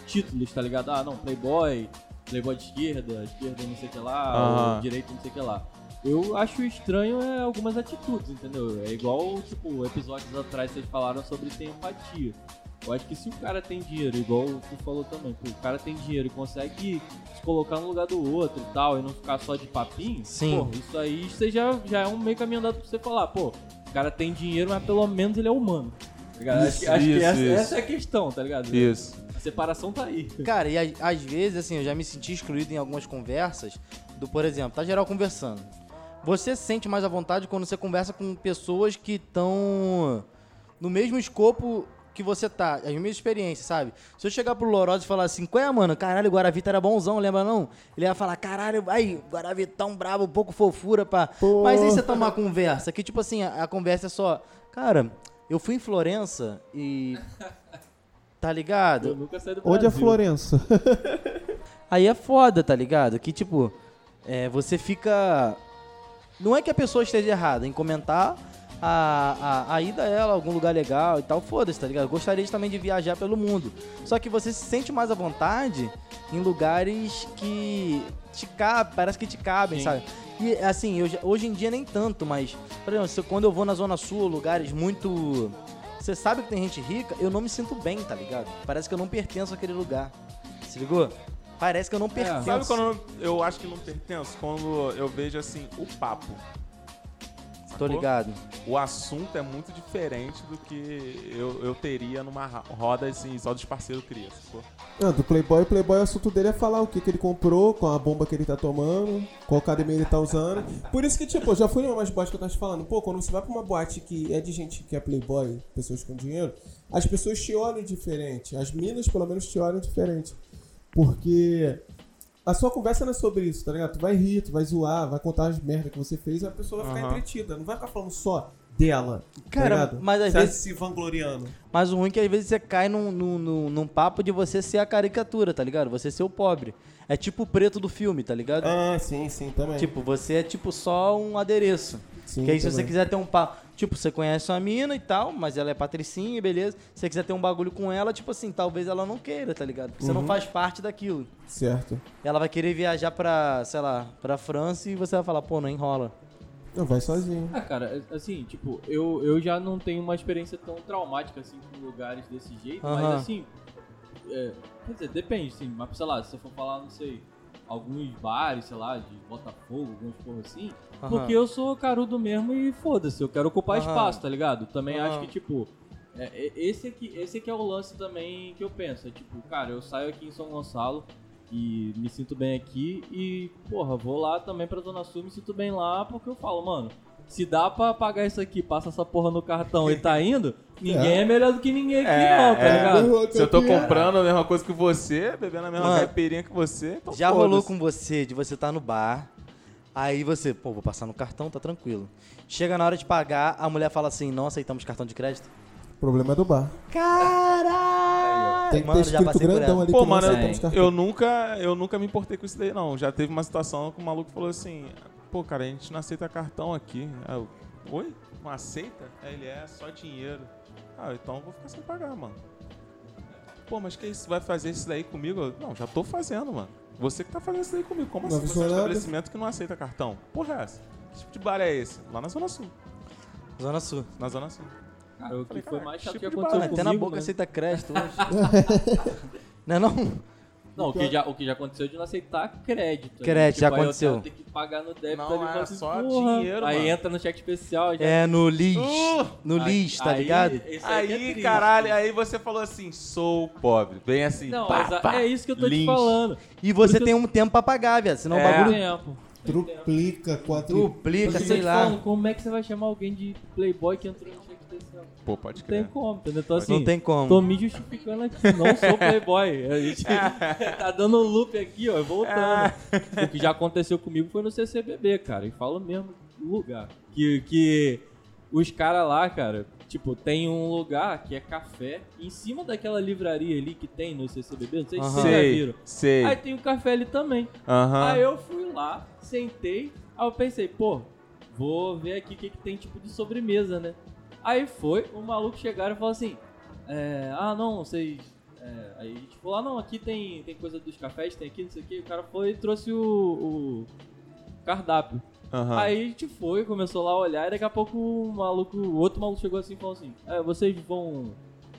G: títulos, tá ligado? Ah, não, Playboy, Playboy de esquerda, esquerda não sei o que lá,
E: Aham.
G: ou direita não sei o que lá. Eu acho estranho é, algumas atitudes, entendeu? É igual, tipo, episódios atrás vocês falaram sobre ter empatia. Eu acho que se o cara tem dinheiro, igual tu falou também, pô, o cara tem dinheiro e consegue se colocar no lugar do outro e tal, e não ficar só de papinho,
D: Sim.
G: pô, isso aí você já, já é um meio caminho andado pra você falar, pô, o cara tem dinheiro, mas pelo menos ele é humano. tá ligado? acho que,
E: Isso,
G: acho que
E: isso,
G: essa,
E: isso.
G: essa é a questão, tá ligado?
E: Isso.
G: A separação tá aí.
D: Cara, e a- às vezes, assim, eu já me senti excluído em algumas conversas. Do, por exemplo, tá geral conversando. Você se sente mais à vontade quando você conversa com pessoas que estão no mesmo escopo que você tá, as mesmas experiências, sabe? Se eu chegar pro Lorosa e falar assim, qual é, mano? Caralho, o Guaravita era bonzão, lembra não? Ele ia falar, caralho, aí, Guaravitão brabo, um pouco fofura, pá. Mas aí você tá numa conversa, que tipo assim, a, a conversa é só, cara, eu fui em Florença e. Tá ligado?
G: Eu nunca saí do
L: Onde é
G: Brasil.
L: Florença?
D: Aí é foda, tá ligado? Que tipo, é, você fica. Não é que a pessoa esteja errada em comentar a, a, a ida dela a algum lugar legal e tal, foda-se, tá ligado? Gostaria de- também de viajar pelo mundo. Só que você se sente mais à vontade em lugares que te cabem, parece que te cabem,
G: Sim.
D: sabe? E assim, eu já- hoje em dia nem tanto, mas, por exemplo, se eu- quando eu vou na Zona Sul, lugares muito. Você sabe que tem gente rica, eu não me sinto bem, tá ligado? Parece que eu não pertenço àquele lugar. Se ligou? Parece que eu não pertenço.
E: Sabe quando eu, eu acho que não pertenço? Quando eu vejo assim, o papo.
D: Tô ligado.
E: O assunto é muito diferente do que eu, eu teria numa ra- roda assim, só dos parceiros cria, sacou?
L: Ah, do Playboy, o Playboy, o assunto dele é falar o que, que ele comprou, qual a bomba que ele tá tomando, qual academia ele tá usando. Por isso que, tipo, eu já fui numa mais boate que eu tava te falando. Pô, quando você vai pra uma boate que é de gente que é Playboy, pessoas com dinheiro, as pessoas te olham diferente. As minas, pelo menos, te olham diferente. Porque a sua conversa não é sobre isso, tá ligado? Tu vai rir, tu vai zoar, vai contar as merdas que você fez, a pessoa vai ficar
I: Aham.
L: entretida. Não vai ficar falando só dela,
D: Cara,
L: tá ligado?
D: mas às
L: Você
D: vezes-
L: se vangloriando.
D: Mas o ruim é que às vezes você cai num, num, num, num papo de você ser a caricatura, tá ligado? Você ser o pobre. É tipo o preto do filme, tá ligado?
L: Ah, sim, sim, também.
D: Tipo, você é tipo só um adereço.
L: Sim,
D: que aí se
L: também.
D: você quiser ter um papo. Tipo, você conhece uma mina e tal, mas ela é patricinha, beleza. Se você quiser ter um bagulho com ela, tipo assim, talvez ela não queira, tá ligado? Porque você não
L: Uhum.
D: faz parte daquilo.
L: Certo.
D: Ela vai querer viajar pra, sei lá, pra França e você vai falar, pô, não enrola.
L: Não, vai sozinho.
G: Ah, cara, assim, tipo, eu, eu já não tenho uma experiência tão traumática, assim, com lugares desse jeito,
D: Aham.
G: mas, assim, é, quer dizer, depende, sim, mas, sei lá, se você for falar, não sei, alguns bares, sei lá, de Botafogo, algumas porra assim,
N: Aham.
G: porque eu sou carudo mesmo e foda-se, eu quero ocupar
N: Aham.
G: espaço, tá ligado? Também
N: Aham.
G: acho que, tipo, é, é, esse, aqui, esse aqui é o lance também que eu penso, é tipo, cara, eu saio aqui em São Gonçalo, e me sinto bem aqui e, porra, vou lá também pra Zona Sul, me sinto bem lá, porque eu falo, mano, se dá pra pagar isso aqui, passa essa porra no cartão e tá indo, ninguém é, melhor do que ninguém aqui não, tá ligado?
E: Se eu tô comprando a mesma coisa que você, bebendo a mesma
D: Mano,
E: caipirinha que você, então
D: Já rolou
E: foda-se.
D: com você de você tá no bar, aí você, pô, vou passar no cartão, tá tranquilo. Chega na hora de pagar, a mulher fala assim, não aceitamos cartão de crédito.
L: O problema é do bar.
D: Caralho!
L: Tem que ter escrito grandão ali
E: Pô,
L: que não
E: mano,
L: aceitamos
E: eu,
L: cartão.
E: É. eu nunca, eu nunca me importei com isso daí, não. Já teve uma situação que o maluco falou assim: pô, cara, a gente não aceita cartão aqui. Aí eu, Oi? Não aceita? Aí ele é só dinheiro. Ah, então eu vou ficar sem pagar, mano. Pô, mas que isso? Vai fazer isso daí comigo? Eu, Não, já tô fazendo, mano. Você que tá fazendo isso daí comigo. Como
L: Não
E: assim? Você
L: avisou
E: é um
L: nada.
E: estabelecimento que não aceita cartão? Porra, é essa? Que tipo de bar é esse? Lá na Zona Sul.
D: Zona Sul.
E: Na Zona Sul.
G: Cara, o que foi mais chato que
E: tipo de
G: aconteceu
E: bar, né?
G: comigo,
D: Até na boca
G: né?
D: aceita crédito hoje. não é não?
G: Não, o que, já, o que já aconteceu de não aceitar crédito. né?
D: Crédito, já
G: aí eu
D: aconteceu.
G: tenho- tenho que pagar no débito.
E: Não,
G: ali, eu
E: é
G: falo assim,
E: só
G: porra.
E: dinheiro,
G: Aí
E: mano.
G: entra no cheque especial. já-
D: É no LIS. no
G: Uh! Aí-
D: LIS, tá
G: aí-
D: ligado?
G: esse aí que é
E: Aí,
G: triste.
E: caralho, aí você falou assim, sou pobre. Bem assim,
G: Não,
E: pá,
G: mas
E: pá,
G: é isso que eu tô te
E: lins.
G: falando.
D: E você tem um tempo pra pagar, viado. Senão
E: É.
D: o bagulho.
G: Tempo.
L: Duplica, quatro.
D: Duplica,
G: Eu tô
D: sei
G: te
D: lá.
G: falando, como é que você vai chamar alguém de playboy que entrou no cheque especial?
E: Pô, pode
G: Não tem
E: crer.
G: como, entendeu? Então,
D: Mas
G: assim,
D: não tem como.
G: Tô me justificando aqui, não sou playboy. A gente tá dando um loop aqui, ó, voltando.
E: É.
G: o que já aconteceu comigo foi no CCBB, cara. E falo mesmo lugar. Que, que os caras lá, cara, tipo, tem um lugar que é café. Em cima daquela livraria ali que tem no CCBB, não sei se
E: Aham.
G: vocês já
E: Sei,
G: viram.
E: sei.
G: Aí tem o café ali também.
E: Aham.
G: Aí eu fui lá, sentei, aí eu pensei, pô, vou ver aqui o que, que tem tipo de sobremesa, né? Aí foi, o maluco chegaram e falou assim, é, ah não, vocês. é, aí tipo, lá não, aqui tem, tem coisa dos cafés, tem aqui, não sei o que. O cara foi e trouxe o, o cardápio.
E: Aham.
G: Aí a gente foi, começou lá a olhar, e daqui a pouco o maluco, o outro maluco chegou assim e falou assim, é, vocês vão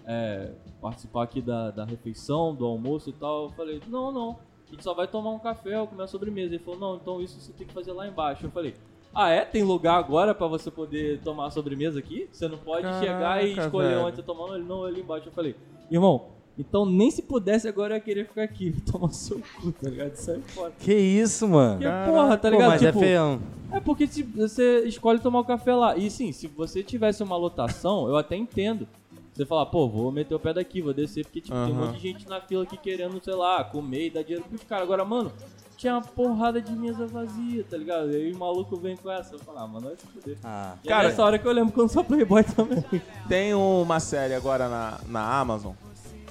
G: é, participar aqui da, da refeição, do almoço e tal. Eu falei, não, não. A gente só vai tomar um café ou comer a sobremesa. Ele falou, não, então isso você tem que fazer lá embaixo. Eu falei, ah é? Tem lugar agora pra você poder tomar a sobremesa aqui? Você não pode
E: Caraca,
G: chegar e escolher
E: velho.
G: onde você tomar? Não, ele, não, ali embaixo. Eu falei, irmão, então nem se pudesse agora eu queria ficar aqui. Tomar seu cu, tá ligado? Sai fora.
D: Que isso, mano?
G: Porque, porra, tá
D: Pô,
G: ligado?
D: mas
G: tipo,
D: é feião.
G: é porque se você escolhe tomar o café lá. E sim, se você tivesse uma lotação, eu até entendo. Você fala, pô, vou meter o pé daqui, vou descer, porque tipo, tem um
E: Aham.
G: monte de gente na fila aqui querendo, sei lá, comer e dar dinheiro pros caras. Agora, mano, tinha uma porrada de mesa vazia, tá ligado? E aí o maluco vem com essa. Eu falo, ah, mano, vai se fuder.
D: Ah.
G: E
E: Cara-
G: é nessa hora que eu lembro quando eu sou playboy também. Tá
E: Tem uma série agora na, na Amazon,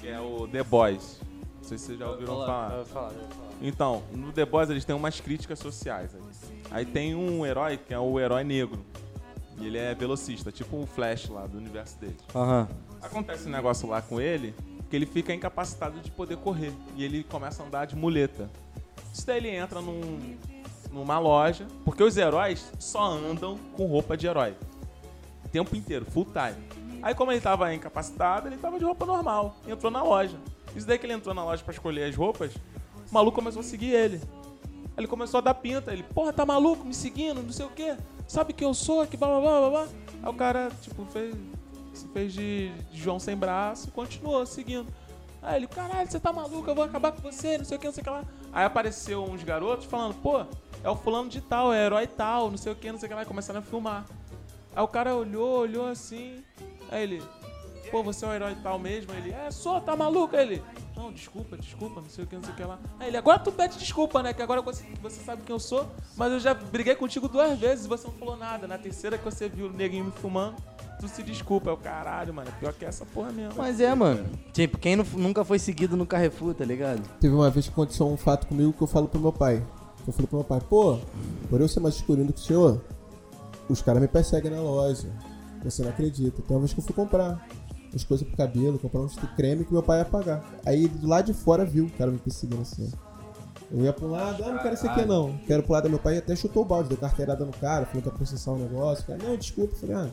E: que é o The Boys. Não sei se vocês já ouviram falar. Então, no The Boys eles têm umas críticas sociais. Aí. Aí tem um herói que é o herói negro. E ele é velocista, tipo o Flash lá do universo dele.
D: Aham.
E: Acontece um negócio lá com ele que ele fica incapacitado de poder correr. E ele começa a andar de muleta. Isso daí ele entra num, numa loja, porque os heróis só andam com roupa de herói. O tempo inteiro, full time. Aí como ele tava incapacitado, ele tava de roupa normal. Entrou na loja. Isso daí que ele entrou na loja pra escolher as roupas, o maluco começou a seguir ele. Aí Ele começou a dar pinta. Ele, porra, tá maluco me seguindo, não sei o quê. sabe quem eu sou? Que blá blá blá blá blá. Aí o cara, tipo, fez, se fez de João sem braço e continuou seguindo. Aí ele, caralho, você tá maluco, eu vou acabar com você, não sei o que, não sei o que lá. Aí apareceu uns garotos falando, pô, é o fulano de tal, é herói tal, não sei o que, não sei o que lá, e começaram a filmar. Aí o cara olhou, olhou assim, aí ele, pô, você é um herói tal mesmo? Aí ele, é, sou, tá maluco? Aí ele, não, desculpa, desculpa, não sei o que, não sei o que lá. Aí ele, agora tu pede desculpa, né, que agora você, você sabe quem eu sou, mas eu já briguei contigo duas vezes e você não falou nada. Na terceira que você viu o neguinho me filmando, tu se desculpa. É o caralho, mano, é pior que essa porra mesmo.
D: Mas é, mano. Tipo, quem nu- nunca foi seguido no Carrefour, tá ligado?
L: Teve uma vez que aconteceu um fato comigo que eu falo pro meu pai. Eu falei pro meu pai, pô, por eu ser mais escurinho do que o senhor, os caras me perseguem na loja. Você não acredita. Tem uma vez que eu fui comprar as coisas pro cabelo, comprar uns creme que meu pai ia pagar. Aí do lado de fora viu o cara me perseguindo assim. ó. Eu ia pra um lado, ah, não quero isso aqui não. Quero pro lado do meu pai e até chutou o balde, deu carteirada no cara, falou que ia processar um negócio. Cara, não, desculpa, eu falei, ah,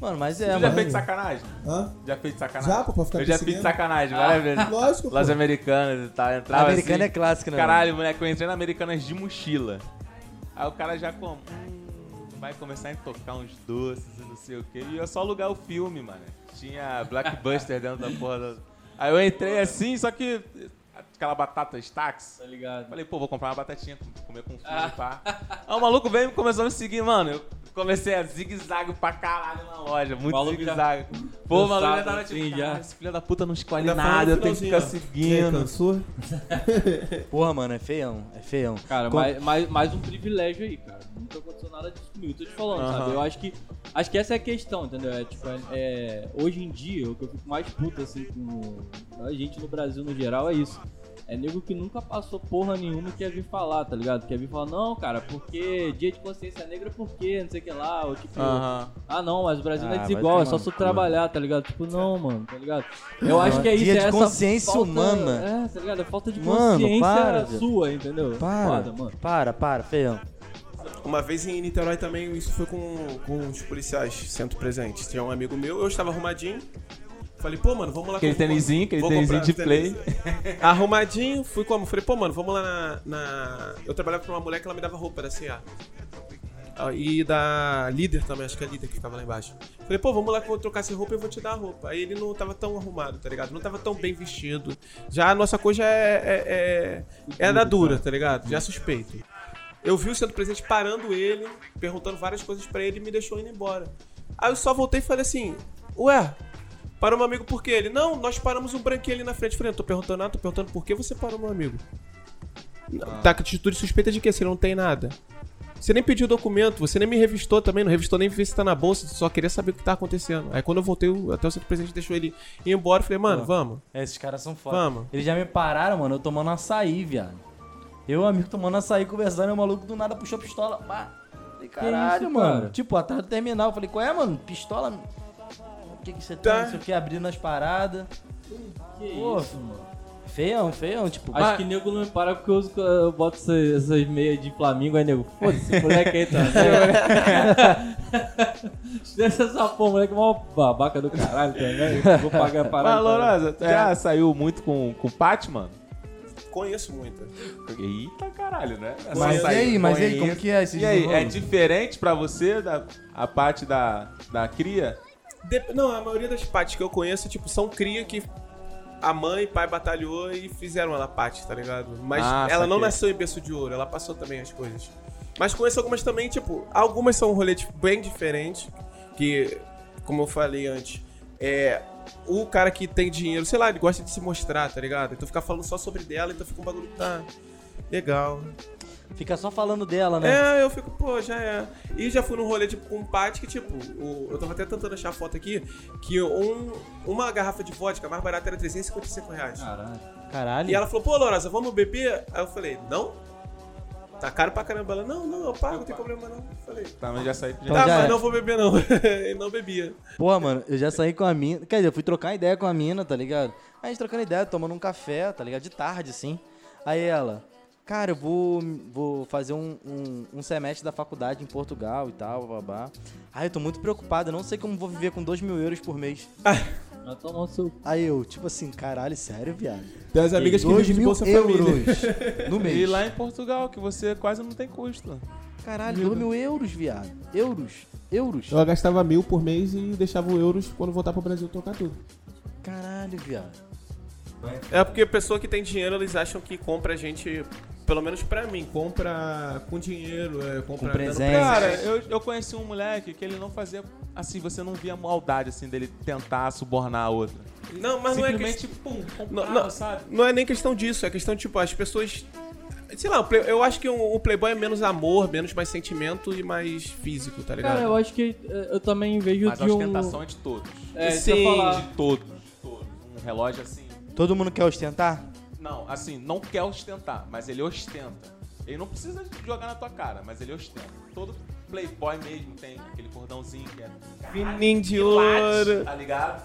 D: Mano, mas é, tá
E: Tu já
D: mano.
E: fez de sacanagem?
L: Hã?
E: Já fez de sacanagem?
L: Já, pô, pra ficar
E: Eu já
L: perseguindo.
E: fiz de sacanagem várias vezes.
L: lógico, pô.
E: Las Americanas e tal, entrava
D: Ah. Americana
E: assim,
D: é clássica, né,
E: Caralho, moleque, eu entrei na Americanas de mochila. Aí o cara já como... hum, vai começar a intocar uns doces e não sei o quê. E eu só alugar o filme, mano. Tinha Blackbuster dentro da porra do... Aí eu entrei assim, só que... Aquela batata Stax.
G: Tá ligado?
E: Falei, pô, vou comprar uma batatinha, comer com fio
G: Ah.
E: e pá. Aí o maluco veio e começou a me seguir, mano. Eu comecei a zigue-zague pra caralho na loja, muito
G: maluco
E: zigue-zague. Pô, o maluco já
G: Cansado,
E: tava
G: assim,
E: tipo,
G: já.
E: "Caralho, esse filho da puta não escolhe
H: Ainda falando
E: nada, eu tenho que
H: finalzinho,
E: ficar
H: ó.
D: né? é
E: seguindo.
L: cansou?
D: Porra, mano, é feião. É feião.
G: Cara,
D: Com-
G: mais, mais, mais um privilégio aí, cara. Nunca aconteceu nada disso comigo, tô te falando, sabe? Eu acho que. Acho que essa é a questão, entendeu? É, tipo, é- é, hoje em dia, o que eu fico mais puto, assim, com a gente no Brasil no geral é isso. É nego que nunca passou porra nenhuma e quer vir falar, tá ligado? Quer vir falar, não, cara, porque dia de consciência negra, por quê? Não sei o que lá, ou tipo,
E: Aham.
G: ah não, mas o Brasil não
D: Ah,
G: é
D: vai
G: desigual, é
D: tomar
G: só
D: no
G: tu
D: cu.
G: trabalhar, tá ligado? Tipo, não, mano, tá ligado? Eu acho que é isso,
D: Dia
G: é
D: de
G: essa
D: consciência
G: falta-
D: humana.
G: É, tá ligado? É falta de
D: Mano,
G: consciência
D: para, velho.
G: sua, entendeu?
D: Para,
G: Foda, mano.
D: para, para, feião.
H: Uma vez em Niterói também, isso foi com, com os policiais sendo presentes. Tinha um amigo meu, eu estava arrumadinho. Falei, pô, mano, vamos lá.
E: Aquele
H: que eu vou-
E: tênisinho, aquele
H: vou
E: tênisinho
H: comprar
E: de
H: um
E: play.
H: tênis. Arrumadinho, fui como? Falei, pô, mano, vamos lá na, na- Eu trabalhava pra uma mulher que ela me dava roupa da C&A. Ah, E da líder também, acho que é a líder que ficava lá embaixo. Falei, pô, vamos lá que eu vou trocar essa roupa e eu vou te dar a roupa. Aí ele não tava tão arrumado, tá ligado? Não tava tão bem vestido. Já a nossa coisa é. É, é, é da dura, tá ligado? Já suspeito. Eu vi o Santo Presente parando ele, perguntando várias coisas pra ele e me deixou indo embora. Aí eu só voltei e falei assim: Ué, parou meu amigo por quê? Ele, não, nós paramos um branquinho ali na frente. Eu falei, não tô perguntando nada, tô perguntando por que você parou meu amigo. Tá com atitude suspeita de quê? Você não tem nada. Você nem pediu documento, você nem me revistou também, não revistou nem ver se tá na bolsa, só queria saber o que tá acontecendo. Aí quando eu voltei, o- até o Santo Presente deixou ele ir embora. Eu falei, mano, vamos.
D: É, Esses caras são foda.
H: Vamos.
D: Eles já me pararam, mano, eu tomando açaí, viado. Eu, e um amigo, tomando açaí, conversando, e o maluco do nada puxou a pistola. Pá. Falei, caralho,
G: isso,
D: mano.
G: cara?
D: Tipo, atrás do terminal. Falei, qual é, mano? Pistola? O que que você
H: Tá.
D: tem? Isso aqui abrindo as paradas.
G: Que
D: Pô,
G: isso, mano.
D: Feião, feião. Tipo,
G: Acho que nego não me para porque eu, uso- eu boto essas, essas meias de Flamengo, aí nego, foda-se, esse moleque aí tá também. Deixa essa porra, moleque, é uma babaca do caralho também. Vou pagar a
E: Mas,
G: parada.
E: Lourosa, tu
D: É.
E: já saiu muito com, com o Batman?
H: Conheço muito.
E: Eita caralho, né? É só
D: Mas e
E: sair
D: aí, mas e aí,
E: com
D: como
E: isso.
D: que é esse
E: E aí,
D: desenrolo?
E: é diferente pra você da, a parte da, da cria?
H: Dep- Não, a maioria das partes que eu conheço, tipo, são cria que a mãe e pai batalhou e fizeram ela parte, tá ligado? Mas
E: Ah,
H: ela não
E: saquei.
H: nasceu em berço de ouro, ela passou também as coisas. Mas conheço algumas também, tipo, algumas são um rolê tipo, bem diferente, que, como eu falei antes, é... O cara que tem dinheiro, sei lá, ele gosta de se mostrar, tá ligado? Então ficar falando só sobre dela, então fica um bagulho, tá... Legal.
D: Fica só falando dela, né?
H: É, eu fico, pô, já é. E já fui num rolê, tipo, com um pátio que, tipo, o- eu tava até tentando achar a foto aqui, que um, uma garrafa de vodka mais barata era 355 reais.
G: Caralho.
H: É.
D: Caralho.
H: E ela falou, pô, Lourosa, vamos beber? Aí eu falei, não? Tá caro pra caramba. Ela, não, não, eu pago, não tem problema não. Eu falei,
E: Tá, mas já saí já.
D: Então
H: tá,
D: já
H: mas
D: é.
H: não vou beber não. e não bebia.
D: Porra, mano, eu já saí com a mina. Quer dizer, eu fui trocar ideia com a mina, tá ligado? A gente trocando ideia, tomando um café, tá ligado? De tarde, assim. Aí ela, cara, eu vou, vou fazer um, um, um semestre da faculdade em Portugal e tal, babá. Aí eu tô muito preocupado, eu não sei como vou viver com 2 mil euros por mês.
G: Vai tomar o seu
D: Aí eu, tipo assim, caralho, sério, viado?
H: Tem as amigas que
D: Dois
H: vivem de
D: mil
H: Bolsa Família.
D: euros Tá no mês.
E: E lá em Portugal, que você quase não tem custo.
D: Caralho, dois mil euros, viado. Euros, euros.
L: Eu gastava mil por mês e deixava o euros quando voltar pro Brasil tocar tudo.
D: Caralho, viado.
H: É porque a pessoa que tem dinheiro, eles acham que compra a gente, pelo menos pra mim, compra com dinheiro, é, compra
D: Com
H: dando
D: presente.
E: Cara, eu, eu conheci um moleque que ele não fazia. Assim, você não via a maldade assim dele tentar subornar a outra.
H: pre- Não, mas não é que
E: Simplesmente, pum, comprava,
H: Não, não,
E: sabe?
H: não é nem questão disso, é questão, tipo, as pessoas. Sei lá, o play- eu acho que o o Playboy é menos amor, menos mais sentimento e mais físico, tá ligado?
G: Cara, eu acho que eh, eu também vejo
E: Mas a
G: de um...
E: ostentação é de todos.
G: É, isso que eu ia
H: Sim,
G: falar.
E: De todos, de todos. Um relógio assim.
D: Todo mundo quer ostentar?
E: Não, assim, não quer ostentar, mas ele ostenta. Ele não precisa jogar na tua cara, mas ele ostenta. Todo playboy mesmo tem aquele cordãozinho que é
H: Fininho de
E: quilates,
H: ouro.
E: tá ligado?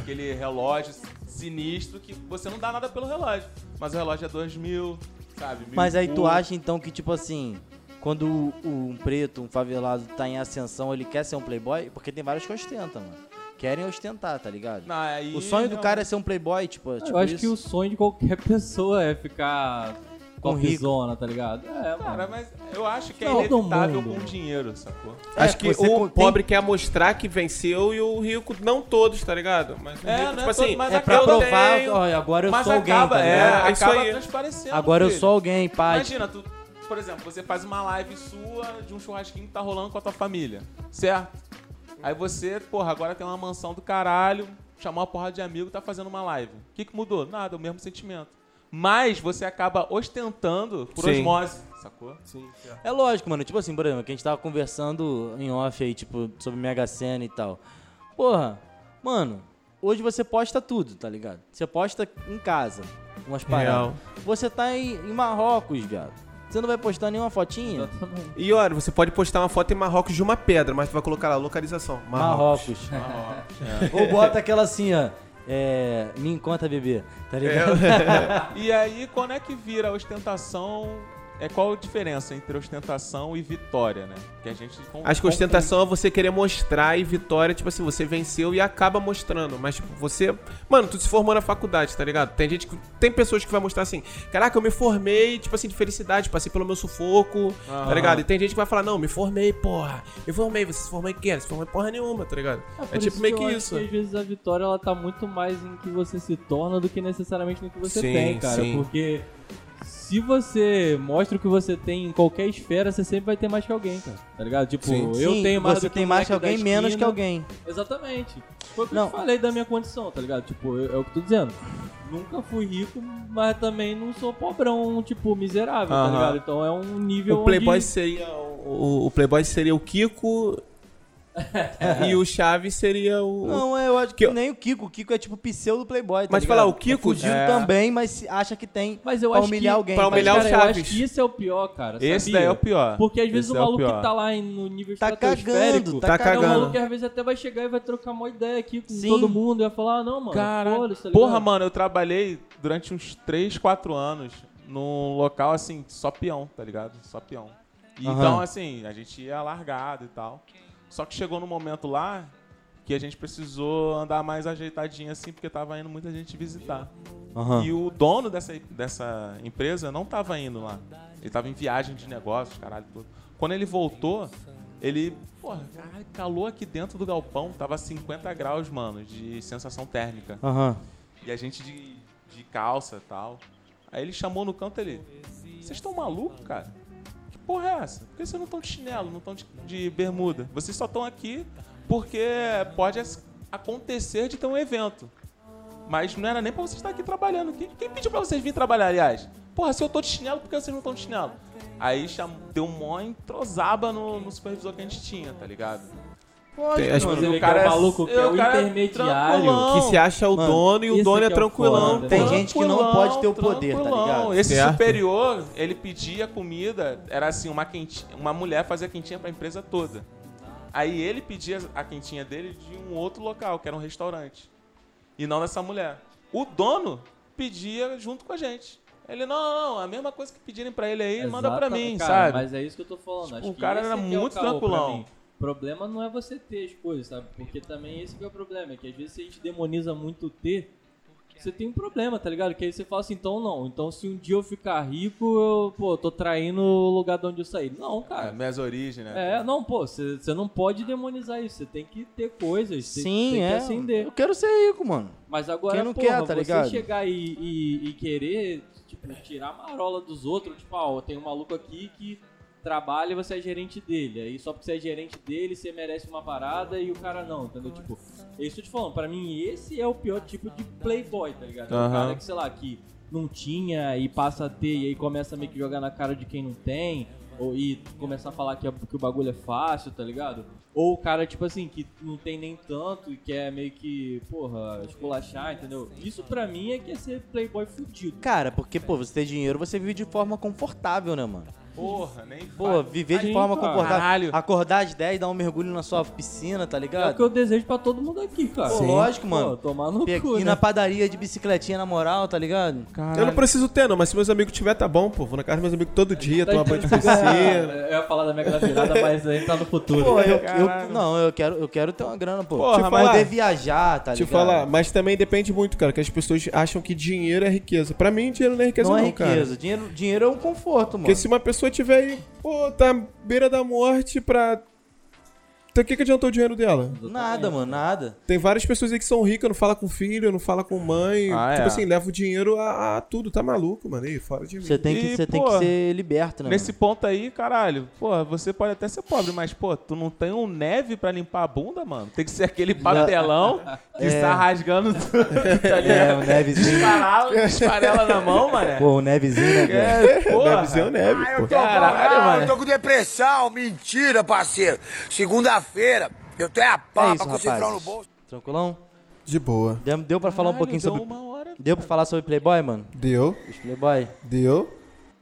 E: Aquele relógio sinistro que você não dá nada pelo relógio. Mas o relógio é dois mil, sabe? Mil
D: Mas aí
E: e um,
D: tu
E: pouco.
D: acha então que, tipo assim, quando o- o- um preto, um favelado tá em ascensão, ele quer ser um playboy? Porque tem vários que ostentam, mano. Querem ostentar, tá ligado?
E: Não, aí
D: o sonho do
E: realmente-
D: cara é ser um playboy, tipo,
G: Eu
D: tipo
G: acho
D: isso.
G: que o sonho de qualquer pessoa é ficar
D: Com rico.
G: topzona, tá ligado? É,
E: Cara,
G: mano.
E: mas eu acho que é
G: Não, todo
E: inevitável
G: mundo.
E: com dinheiro, sacou?
D: É,
H: Acho que
D: você
H: o
D: con- tem-
H: pobre quer mostrar que venceu e o rico, não todos, tá ligado? Mas o
E: É,
H: rico,
E: não é
H: tipo
E: todo-
H: assim,
E: mas
D: É pra
E: eu
D: provar,
E: tenho-
D: olha, agora eu
E: mas
D: sou alguém,
E: acaba,
D: tá
E: é,
D: ligado?
H: É, isso
E: acaba
H: aí.
E: transparecendo.
D: Agora eu
E: filho.
D: sou alguém, pai.
E: Imagina, tu, por exemplo, você faz uma live sua de um churrasquinho que tá rolando com a tua família, certo? Aí você, porra, agora tem uma mansão do caralho, chamou uma porra de amigo, tá fazendo uma live. O que, que mudou? Nada, o mesmo sentimento. Mas você acaba ostentando por
H: Sim.
E: osmose, sacou?
D: É lógico, mano. Tipo assim, por exemplo, que a gente tava conversando em off aí, tipo, sobre Mega Sena e tal. Porra, mano, hoje você posta tudo, tá ligado? Você posta em casa, umas paradas.
H: Real.
D: Você tá em, em Marrocos, viado. Você não vai postar nenhuma fotinha?
H: E olha, você pode postar uma foto em Marrocos de uma pedra, mas tu vai colocar lá localização.
D: Marrocos. Ou bota aquela assim, ó. É, me encontra, bebê. Tá ligado?
E: E aí, quando é que vira ostentação? É qual a diferença entre ostentação e vitória, né? Que a gente con-
H: Acho que ostentação é você querer mostrar e vitória, tipo assim, você venceu e acaba mostrando. Mas, tipo, você. Mano, tu se formou na faculdade, tá ligado? Tem gente que. Tem pessoas que vai mostrar assim, caraca, eu me formei, tipo assim, de felicidade, passei pelo meu sufoco, tá ligado? E tem gente que vai falar, não, me formei, porra. Me formei, você se formou em quê? Não se formou em porra nenhuma, tá ligado?
G: por
H: É, tipo
G: isso
H: meio
G: eu
H: que
G: acho
H: isso.
G: que às vezes a vitória ela tá muito mais em que você se torna do que necessariamente no que você
H: Sim,
G: tem, cara.
H: sim.
G: Porque se você mostra o que você tem em qualquer esfera, você sempre vai ter mais que alguém, cara. Tá ligado? Tipo,
H: Sim.
G: eu
D: Sim,
G: tenho mais
D: Você
G: do que
D: tem
G: o
D: mais que
G: moleque da
D: alguém, menos que
G: esquina.
D: alguém.
G: Exatamente. Foi o que
D: Não.
G: eu te falei da minha condição, tá ligado? Tipo, eu- é o que eu tô dizendo. Nunca fui rico, mas também não sou pobrão, tipo, miserável, tá
E: Aham.
G: ligado? Então é um nível
H: O Playboy
G: onde...
H: seria. O, o- o Playboy seria o Kiko. e o Chaves seria o.
D: Não, é, eu acho que,
H: Que-
D: nem o Kiko. O Kiko é tipo pseudo playboy, tá
H: Mas
D: ligado?
H: falar, o Kiko-
D: É fudido
E: É.
D: também, mas se- acha que tem
G: Mas eu
D: pra
G: acho
D: humilhar
G: que...
D: alguém.
H: pra
D: tá
H: humilhar
D: ligado?
G: Mas,
H: o
G: cara, eu acho
H: Chaves.
G: que isso é o pior, cara.
E: Esse
G: sabia?
E: daí é o pior.
G: Porque às vezes
E: Esse
G: o
E: é
G: maluco
E: pior.
G: que tá lá em- no nível
D: Tá cagando,
G: estratosférico...
D: tá,
H: Tá
G: É um
D: cagando.
H: cagando.
G: maluco que às vezes até vai chegar e vai trocar uma ideia aqui com
D: Sim.
G: todo mundo e vai falar, ah, não, mano,
E: Cara,
G: foda-se, tá ligado?
E: porra, mano, eu trabalhei durante uns 3, 4 anos num local assim, só peão, tá ligado? Só peão. E
D: Aham.
E: Então, assim, a gente ia largado e tal. Só que chegou num momento lá que a gente precisou andar mais ajeitadinho assim, porque tava indo muita gente visitar.
D: Aham.
E: E o dono dessa, dessa empresa não tava indo lá. Ele tava em viagem de negócios, caralho. Todo. Quando ele voltou, ele. Porra, caralho, calor aqui dentro do galpão. Tava 50 graus, mano, de sensação térmica.
D: Aham.
E: E a gente de, de calça e tal. Aí ele chamou no canto ele. Vocês estão malucos, cara? Que porra é essa? Por que vocês não estão de chinelo, não estão de, de bermuda? Vocês só estão aqui porque pode as- acontecer de ter um evento. Mas não era nem pra vocês estar aqui trabalhando. Quem, quem pediu pra vocês virem trabalhar, aliás? Porra, se eu tô de chinelo, por que vocês não estão de chinelo? Aí cham- deu mó entrosaba no, no supervisor que a gente tinha, tá ligado?
H: Tem- acho que
G: Mas
E: o cara
G: o cara
E: é-
G: é maluco, que é
E: o
G: o
E: cara é
G: intermediário.
E: tranquilão.
H: que se acha o
D: Mano,
H: dono e o
G: isso
H: dono é
G: que é o
H: tranquilão.
G: foda.
D: Tem
E: Tranquilão,
D: gente que não pode ter o poder, tá
E: tranquilão.
D: ligado?
E: Esse
H: Certo.
E: superior, ele pedia comida, era assim, uma quentinha, uma mulher fazia quentinha pra empresa toda. Aí ele pedia a quentinha dele de um outro local, que era um restaurante. E não dessa mulher. O dono pedia junto com a gente. Ele, não, não, a mesma coisa que pedirem pra ele aí, manda pra
G: Exatamente,
E: mim,
G: cara,
E: sabe?
G: Mas é isso que eu tô falando.
E: Tipo,
G: Acho
E: o
G: que
E: cara
G: esse
E: era
G: que é o
E: muito
G: caô pra
E: tranquilão.
G: mim. O problema não é você ter as coisas, sabe? Porque também esse que é o problema, é que às vezes a gente demoniza muito o ter você tem um problema, tá ligado? Que aí você fala assim, então não. Então se um dia eu ficar rico, eu, pô, tô traindo o lugar de onde eu saí. Não,
N: É,
G: cara.
N: minhas origens, né?
G: É, não, pô, você você não pode demonizar isso. Você tem que ter coisas. você
D: Sim,
G: tem
D: é.
G: que acender.
D: Eu quero ser rico, mano.
G: Mas agora,
D: Quem não
G: porra,
D: quer, tá
G: você
D: ligado?
G: chegar e, e- e querer, tipo, tirar a marola dos outros, tipo, ah, ó, tem um maluco aqui que trabalha e você é gerente dele. Aí só porque você é gerente dele, você merece uma parada e o cara não, entendeu? Tipo, é isso que eu te falando, pra mim esse é o pior tipo de playboy, tá ligado? É O
N: Aham.
G: cara que, sei lá, que não tinha e passa a ter e aí começa a meio que jogar na cara de quem não tem. Ou, e começa a falar que, é- que o bagulho é fácil, tá ligado? Ou o cara, tipo assim, que não tem nem tanto e quer meio que, porra, esculachar, entendeu? Isso pra mim é que é ser playboy fudido.
D: Cara, porque, pô, você tem dinheiro, você vive de forma confortável, né, mano?
N: Porra, nem
D: Pô, viver de
G: Sim,
D: forma
G: cara.
D: confortável.
N: Caralho.
D: Acordar às 10, dar um mergulho na sua piscina, tá
G: É o que eu
D: ligado?
G: desejo pra todo mundo aqui, cara.
D: Pô, lógico, mano.
G: Pô, tomar no
D: Pe- Ir
G: cu, né?
D: na padaria de bicicletinha na moral, tá ligado?
N: Caralho.
H: Eu não preciso ter, não, mas se meus amigos tiver, tá bom, pô. Vou na casa dos meus amigos todo dia,
G: Tá
H: tomar banho de
G: entendendo?
H: piscina.
G: Eu ia falar da Mega da Virada, mas aí tá no futuro.
D: Pô, eu, eu,
N: Caralho.
D: não, eu quero, eu quero ter uma grana, pô.
H: Porra,
D: Pra
H: mas-
D: poder viajar, tá
H: Te
D: ligado?
H: falar, mas também depende muito, cara, que as pessoas acham que dinheiro é riqueza. Pra mim, dinheiro não é riqueza,
D: não,
H: não,
D: é
H: cara.
D: riqueza. Dinheiro, dinheiro é um conforto, mano.
H: Porque se uma pessoa tiver aí, pô, tá à beira da morte pra. Então o que, que adiantou o dinheiro dela?
D: Nada, mano, nada.
H: Tem várias pessoas aí que são ricas, não fala com filho, não fala com mãe.
N: Ah,
H: tipo
N: é.
H: assim, leva o dinheiro a, a tudo, tá maluco, mano. Aí, fora de mim.
D: Você tem que,
N: E,
D: você tem
N: pô,
D: que ser liberto, né?
N: Nesse
D: mano?
N: ponto aí, caralho, pô, você pode até ser pobre, mas, pô, tu não tem um neve pra limpar a bunda, mano? Tem que ser aquele papelão que
D: É.
N: está rasgando tudo, tá
D: É,
N: ligado?
D: o nevezinho.
N: Esfarela, esfarela na mão, mané.
D: pô, o nevezinho, né, cara?
N: É, porra.
H: Deve ser
D: um
H: o neve,
C: Ah,
H: pô.
C: eu tô
N: Caralho,
C: bom, não,
N: mano.
C: eu tô com depressão. Mentira, parceiro. Segunda-feira, eu tenho a
D: É
C: pampa
D: isso,
C: com o cifrão no
D: rapaz.
C: bolso.
D: Tranquilão?
H: De boa.
D: Deu, deu pra falar um
N: Caralho,
D: pouquinho
N: deu
D: sobre.
N: uma hora.
D: Deu pra falar sobre Playboy, mano?
H: Deu,
D: Os Playboy.
H: deu.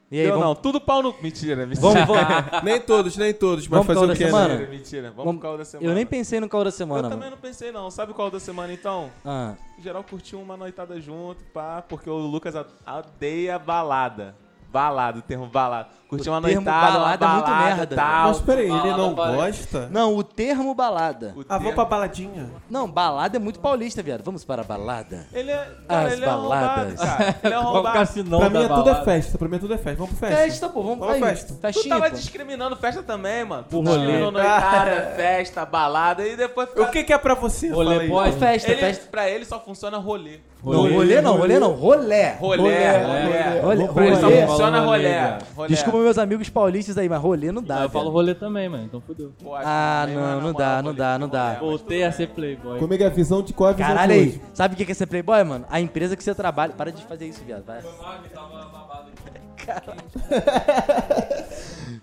D: E aí,
N: Deu
D: vamos,
N: não, tudo pau no... Mentira, mentira.
D: vamos, vamos,
H: nem todos, nem todos, mas
D: Vamos
H: fazer
D: pra
H: o
D: outra
H: quê, né?
D: semana?
N: Mentira, mentira. Vamos, pro
D: vamos.
N: caô da semana.
D: Eu nem pensei no caô da semana,
N: Eu também
D: mano.
N: não pensei, não. Sabe qual da semana, então?
D: Ah,
N: Em geral curtiu uma noitada junto, pá, porque o Lucas a- odeia balada. Balada, o termo balada. Curtiu uma
D: termo
N: noitada,
D: balada é
N: uma
D: muito
N: balada,
D: merda.
N: tal.
H: Mas peraí, ele não
G: Fala, vai.
H: gosta?
D: Não, o termo balada.
N: O
H: Ah,
N: termo-
H: vou pra baladinha.
D: Não, balada é muito paulista, viado. Vamos para a balada.
N: Ele é, cara,
D: As
N: ele é arrombado,
D: baladas.
N: cara. Ele é
G: Qual o
N: arrombado.
G: cassinão
H: pra mim
G: da
H: é tudo
G: balada?
H: é festa, pra mim é tudo é festa. Vamos pro festa.
D: Festa, pô, vamos
H: Vamos
D: aí.
H: festa.
N: Tu
D: Festinha,
N: tava
D: pô.
N: discriminando festa também, mano. Tu
G: rolê.
N: discriminou noitada, festa, balada e depois fica...
H: O que que é pra você?
G: Rolê
H: Fala aí.
G: pode?
D: Festa,
N: Ele,
D: festa.
N: Pra ele só funciona rolê.
D: Não, rolê não, rolê não, rolé.
N: Rolê,
H: Rolê,
N: rolê.
D: Rolê,
N: Pra ele
D: rolê.
N: só funciona rolê.
G: Rolê, cara.
N: Rolê.
D: Desculpa meus amigos paulistas aí, mas rolê não
G: Ah,
D: dá.
G: eu falo
D: velho.
G: rolê também, mano. Então fudeu.
N: Pô, acho
D: Ah,
N: que também,
D: não,
N: mano,
D: não
N: na
D: dá,
N: moral,
D: não
N: rolê
D: dá,
N: tem
D: não
N: rolê,
D: dá.
N: mas
G: Voltei a ser playboy.
H: Como é que é a visão de qual é a visão
D: Caralho
H: de
D: aí,
H: hoje?
D: sabe o que que é ser playboy, mano? A empresa que você trabalha. Para de fazer isso, viado. Vai.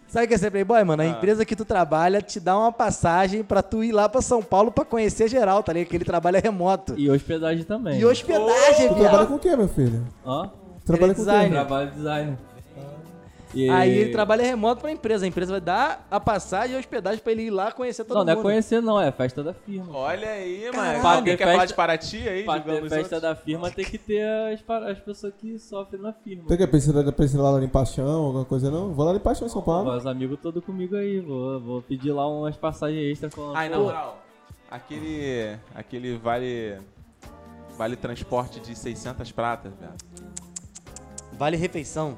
D: Sabe o que é ser playboy, mano? A empresa que tu trabalha te dá uma passagem pra tu ir lá pra São Paulo pra conhecer geral, tá ligado? Que ele trabalha remoto. E,
G: E hospedagem também.
D: hospedagem,
H: Tu trabalha
D: viado.
H: com o quê, meu filho?
G: Hã?
H: Tu Trabalha com o quê?
D: design.
G: Trabalho de design. E-
D: Aí ele trabalha remoto pra empresa. A empresa vai dar a passagem e a hospedagem pra ele ir lá conhecer todo
G: Não,
D: mundo.
G: não é conhecer não, é festa da firma.
N: Olha aí, mano.
G: Pra
N: Alguém
G: ter
N: quer falar
G: festa-
N: de Paraty aí?
G: Pra
N: julgando
G: ter
N: os
G: festa
N: outros?
G: da firma tem que ter as, pa- as pessoas que sofrem na firma.
H: Tem que pensar, pensar lá em Paixão, alguma coisa não? Vou lá em Paixão, em São Paulo.
G: Os amigos todos comigo aí, vou, vou pedir lá umas passagens extras com
N: Ai, na moral, aquele. Aquele vale. Vale transporte de 600 pratas, velho.
D: Vale refeição.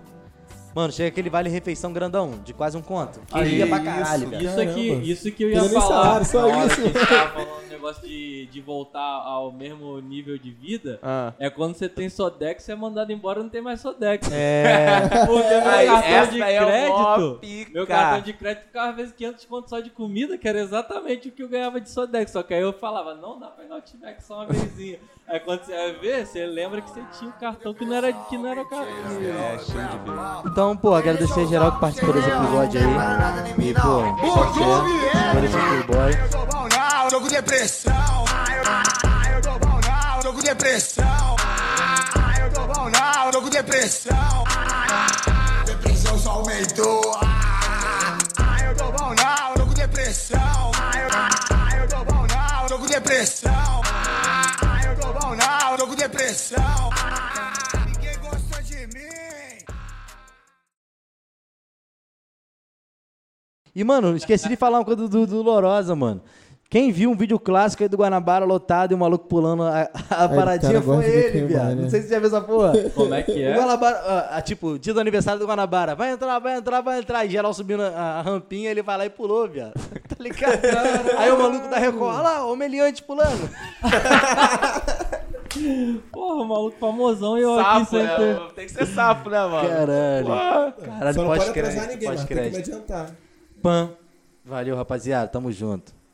D: Mano, chega aquele vale refeição grandão, de quase um conto.
G: Aí,
D: Queria pra caralho, velho.
G: Isso aqui,
H: Caramba.
G: isso que eu ia
H: Queria nem
G: falar.
H: salário, só
G: na hora
H: isso.
G: que a gente tava falando um negócio de, de voltar ao mesmo nível de vida.
N: Ah.
G: É quando você tem Sodex, você é mandado embora e não tem mais Sodex.
D: É.
G: Porque meu
N: Aí,
G: cartão
N: essa
G: de
N: é mó
G: crédito.
N: pica.
G: Meu cartão de crédito ficava às vezes 500 conto só de comida, que era exatamente o que eu ganhava de Sodex. Só que aí eu falava, não dá pra ir no Outback só uma vezinha. aí quando você vai ver, você lembra que você tinha um cartão que não era, que não era o cartão.
N: É, cheio de vida.
D: Então, pô, agradecer a geral que participou desse episódio aí. E, pô, por esse playboy.
C: Eu tô bom, não, eu tô com depressão. Ah, eu- ah, eu tô bom, não, eu tô com depressão. Ah, eu tô bom, não, eu tô com depressão. Ah, a depressão só aumentou. Ah, ah, eu tô bom, não, eu tô com depressão. Ah, eu- ah, eu tô bom, não, eu tô com depressão. Ah, eu tô bom, não, eu tô com depressão. Ah, ninguém gostou de mim.
D: E, mano, esqueci de falar uma coisa do, do Lorosa, mano. Quem viu um vídeo clássico aí do Guanabara lotado e o maluco pulando a, a
L: Aí,
D: paradinha
L: cara,
D: foi
L: gosta de
D: ele,
L: queimar,
D: viado.
L: né?
D: Não sei se você já viu essa porra.
G: Como é que
D: O
G: é?
D: Guanabara, ah, ah, tipo, dia do aniversário do Guanabara. Vai entrar, vai entrar, vai entrar. E geral subindo a, a rampinha, ele vai lá e pulou, viado. Tá ligado? aí o maluco da Record, olha lá, o meliante pulando.
G: Porra, o maluco famosão e eu aqui
N: Sapo,
G: sem
N: né?
G: ter.
N: mano? Tem que ser sapo, né, mano?
D: Caralho. Caralho,
L: Só não pode atrasar
D: pós-crédito,
L: ninguém, mas tem que me
D: pós-crédito.
L: adiantar.
D: Pam. Valeu, rapaziada. Tamo junto.